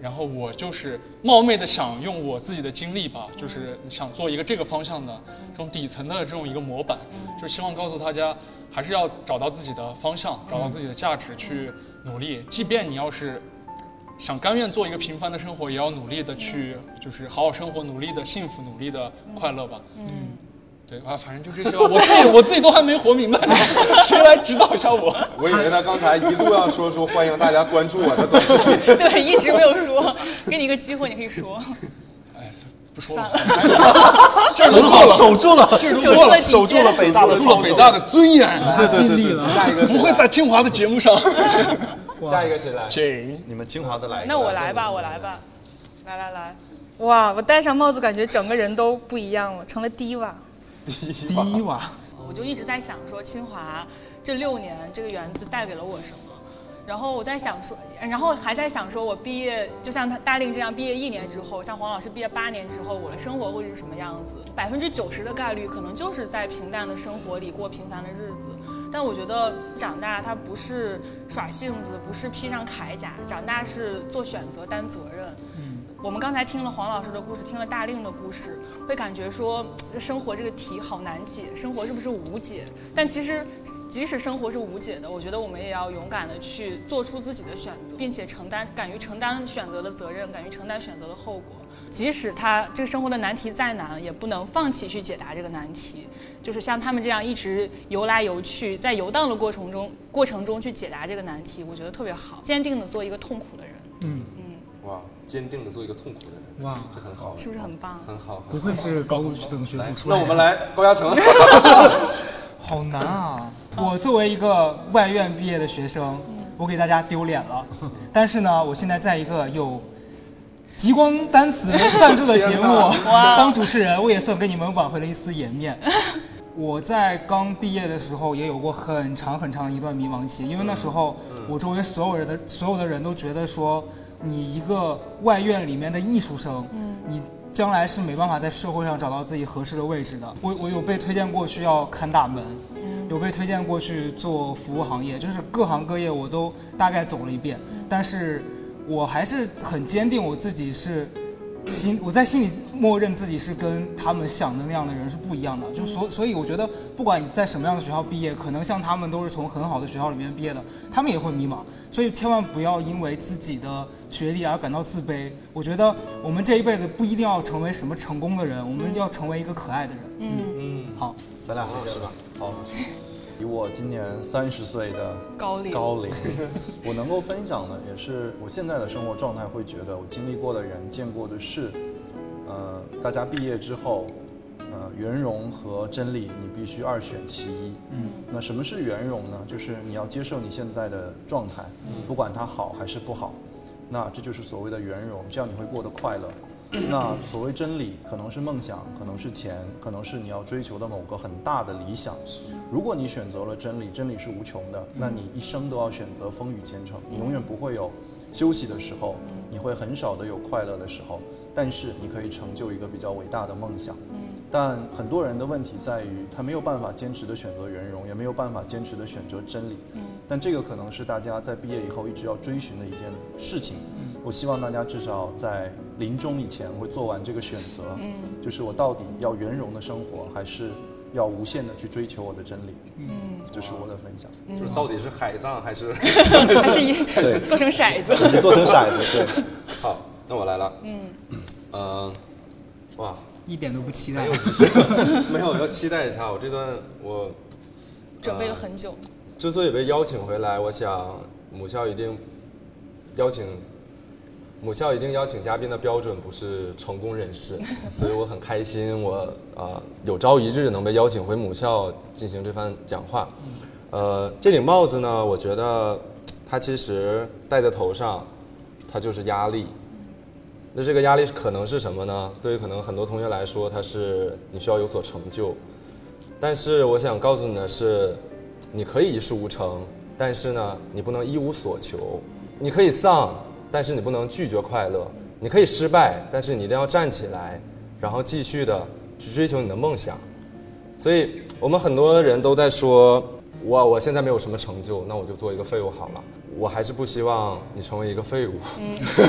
G: 然后我就是冒昧的想用我自己的经历吧，
D: 嗯
G: 就是想做一个这个方向的这种底层的这种一个模板，
D: 嗯
G: 就希望告诉大家，还是要找到自己的方向，找到
D: 嗯
G: 自己的价值去努力，即便你要是想甘愿做一个平凡的生活，也要努力的去，就是好好生活，努力的幸福，努力的快乐吧。嗯，对啊，反正就这些吧，我自 己我自己都还没活明白呢，谁来指导一下 我？
C: 我以为他刚才一度要说出欢迎大家关注我的短视频。
D: 对，一直没有说，给你一个机会，你可以说。
G: 哎，不说了，
E: 很好，守住了，
D: 守住了
E: 守住了北大的
G: 入了
E: 操
G: 北
E: 守。
G: 大的尊严，啊
E: 对对
F: 尽
E: 对
F: 力
E: 对
F: 了
E: 对，。
C: 下一个谁
G: 不会
C: 来
G: 在清华的节目上。
C: 下一个谁来？
G: Jane，
E: 你们清华的来一个，
D: 那我来吧，我来吧，来来来，哇！我戴上帽子，感觉整个人都不一样了，成了低娃。
F: 第一哇，
D: 我就一直在想说，清华这六年这个园子带给了我什么。然后我在想说，然后还在想说，我毕业就像他大令这样，毕业一年之后，像黄老师毕业八年之后，我的生活会是什么样子？百分之九十的概率，可能就是在平淡的生活里过平凡的日子。但我觉得长大，它不是耍性子，不是披上铠甲，长大是做选择、担责任。我们刚才听了黄老师的故事，听了大令的故事，会感觉说呃生活这个题好难解，生活是不是无解？但其实，即使生活是无解的，我觉得我们也要勇敢的去做出自己的选择，并且承担，敢于承担选择的责任，敢于承担选择的后果。即使他这个生活的难题再难，也不能放弃去解答这个难题。就是像他们这样一直游来游去，在游荡的过程中，过程中去解答这个难题，我觉得特别好，坚定的做一个痛苦的人，
F: 嗯，
C: 哇，坚定的做一个痛苦的人。
F: 哇
C: 这很好，
D: 是不是很棒？啊
C: 很好。
F: 不愧是搞古等学府出
C: 那
F: 来的。
C: 我们来高嘉 诚。
F: 好难啊！我作为一个外院毕业的学生，我给大家丢脸 了。但是呢，我现在在一个有极光单词赞助的节目当主持人，我也算给你们挽回了一丝颜面。我在刚毕业的时候也有过很长很长一段迷茫期，因为那时候我周围所有人的所有的人都觉得说，你一个外院里面的艺术生，你将来是没办法在社会上找到自己合适的位置的。我我有被推荐过去要看大门，有被推荐过去做服务行业，就是各行各业我都大概走了一遍，但是我还是很坚定我自己是心我在心里默认自己是跟他们想的那样的人是不一样的，就所所以我觉得，不管你在什么样的学校毕业，可能像他们都是从很好的学校里面毕业的，他们也会迷茫，所以千万不要因为自己的学历而感到自卑。我觉得我们这一辈子不一定要成为什么成功的人，我们要成为一个可爱的人。嗯，
C: 嗯，
F: 好，
E: 咱俩
C: 王老师吧，
E: 好，以我今年三十岁的
D: 高龄
E: 高龄， 我能够分享的也是我现在的生活状态，会觉得我经历过的人、见过的事，呃，大家毕业之后，呃，圆融和真理你必须二选其一。嗯，那什么是圆融呢？就是你要接受你现在的状态，不管它好还是不好，那这就是所谓的圆融，这样你会过得快乐。那所谓真理，可能是梦想，可能是钱，可能是你要追求的某个很大的理想。如果你选择了真理，真理是无穷的，那你一生都要选择风雨兼程，你永远不会有休息的时候，你会很少的有快乐的时候，但是你可以成就一个比较伟大的梦想。但很多人的问题在于，他没有办法坚持的选择圆融，也没有办法坚持的选择真理。但这个可能是大家在毕业以后一直要追寻的一件事情。我希望大家至少在临终以前会做完这个选择，就是我到底要圆融的生活，还是要无限的去追求我的真理？嗯，这是我的分享。
C: 就是到底是海葬还是？
D: 还是一
E: 对
D: 做成骰子。
C: 呃
E: 你做成骰子，对。
C: 好，那我来了。嗯，呃，哇，
F: 一点都不期待。
C: 没有，要期待一下。我这段我
D: 准备了很久，
C: 之所以被邀请回来，我想母校一定邀请母校一定邀请嘉宾的标准不是成功人士，所以我很开心，我啊、呃有朝一日能被邀请回母校进行这番讲话。呃，这顶帽子呢，我觉得它其实戴在头上，它就是压力。那这个压力可能是什么呢？对于可能很多同学来说，它是你需要有所成就，但是我想告诉你的是，你可以一事无成，但是呢，你不能一无所求。你可以丧，但是你不能拒绝快乐。你可以失败，但是你一定要站起来，然后继续的去追求你的梦想。所以我们很多人都在说，我我现在没有什么成就，那我就做一个废物好了。我还是不希望你成为一个废物。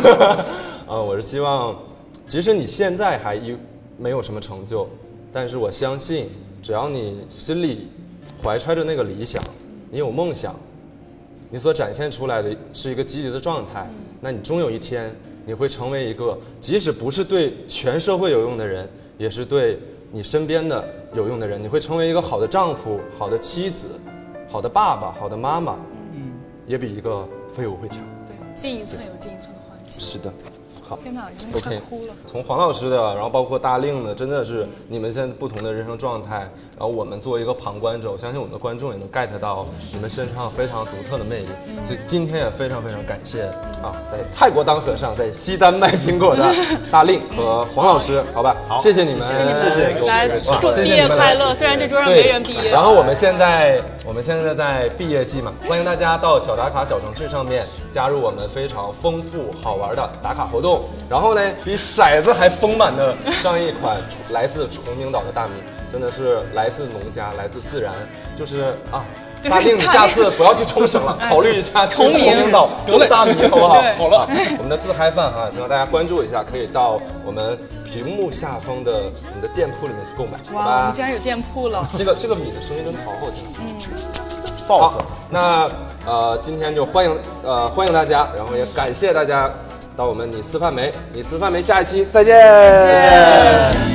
C: 呃，我是希望，即使你现在还一没有什么成就，但是我相信，只要你心里怀揣着那个理想，你有梦想，你所展现出来的是一个积极的状态，那你终有一天你会成为一个，即使不是对全社会有用的人，也是对你身边的有用的人。你会成为一个好的丈夫、好的妻子、好的爸爸、好的妈妈，也比一个废物会强。
D: 对，进一寸有进一寸的欢喜。
C: 是的，好。
D: 天哪，已经
C: OK，
D: 快哭了。
C: 从黄老师的，然后包括大令的，真的是你们现在不同的人生状态，然后我们作为一个旁观者，我相信我们的观众也能 get 到你们身上非常独特的魅力。所以今天也非常非常感谢啊，在泰国当和尚，在西单卖苹果的大令和黄老师， 好吧，谢谢你们，
E: 谢谢给我
D: 来
E: 们这个，
D: 祝毕业快乐！虽然这桌上没
C: 对，
D: 人毕业，
C: 然后我们现在我们现在在毕业季嘛，欢迎大家到小打卡小程序上面加入我们非常丰富好玩的打卡活动。然后呢，比骰子还丰满的上一款来自崇明岛的大米，真的是来自农家，来自自然，就是 啊。
D: 就是
C: 大令，你
D: 大
C: 下
D: 令
C: 次不要去冲 绳了，考虑一下去
D: 崇明
C: 崇明岛种大米，好不好？
D: 对
C: 好了，我们的自嗨饭哈，希望大家关注一下，可以到我们屏幕下方的我们的店铺里面去购买，好
D: 哇，我
C: 吧
D: 们？竟然有店铺了。
C: 这个这个米的声音真的好好听，嗯，爆死了。那呃，今天就欢迎呃欢迎大家，然后也感谢大家到我们你吃饭没？你吃饭没？下一期再见。再见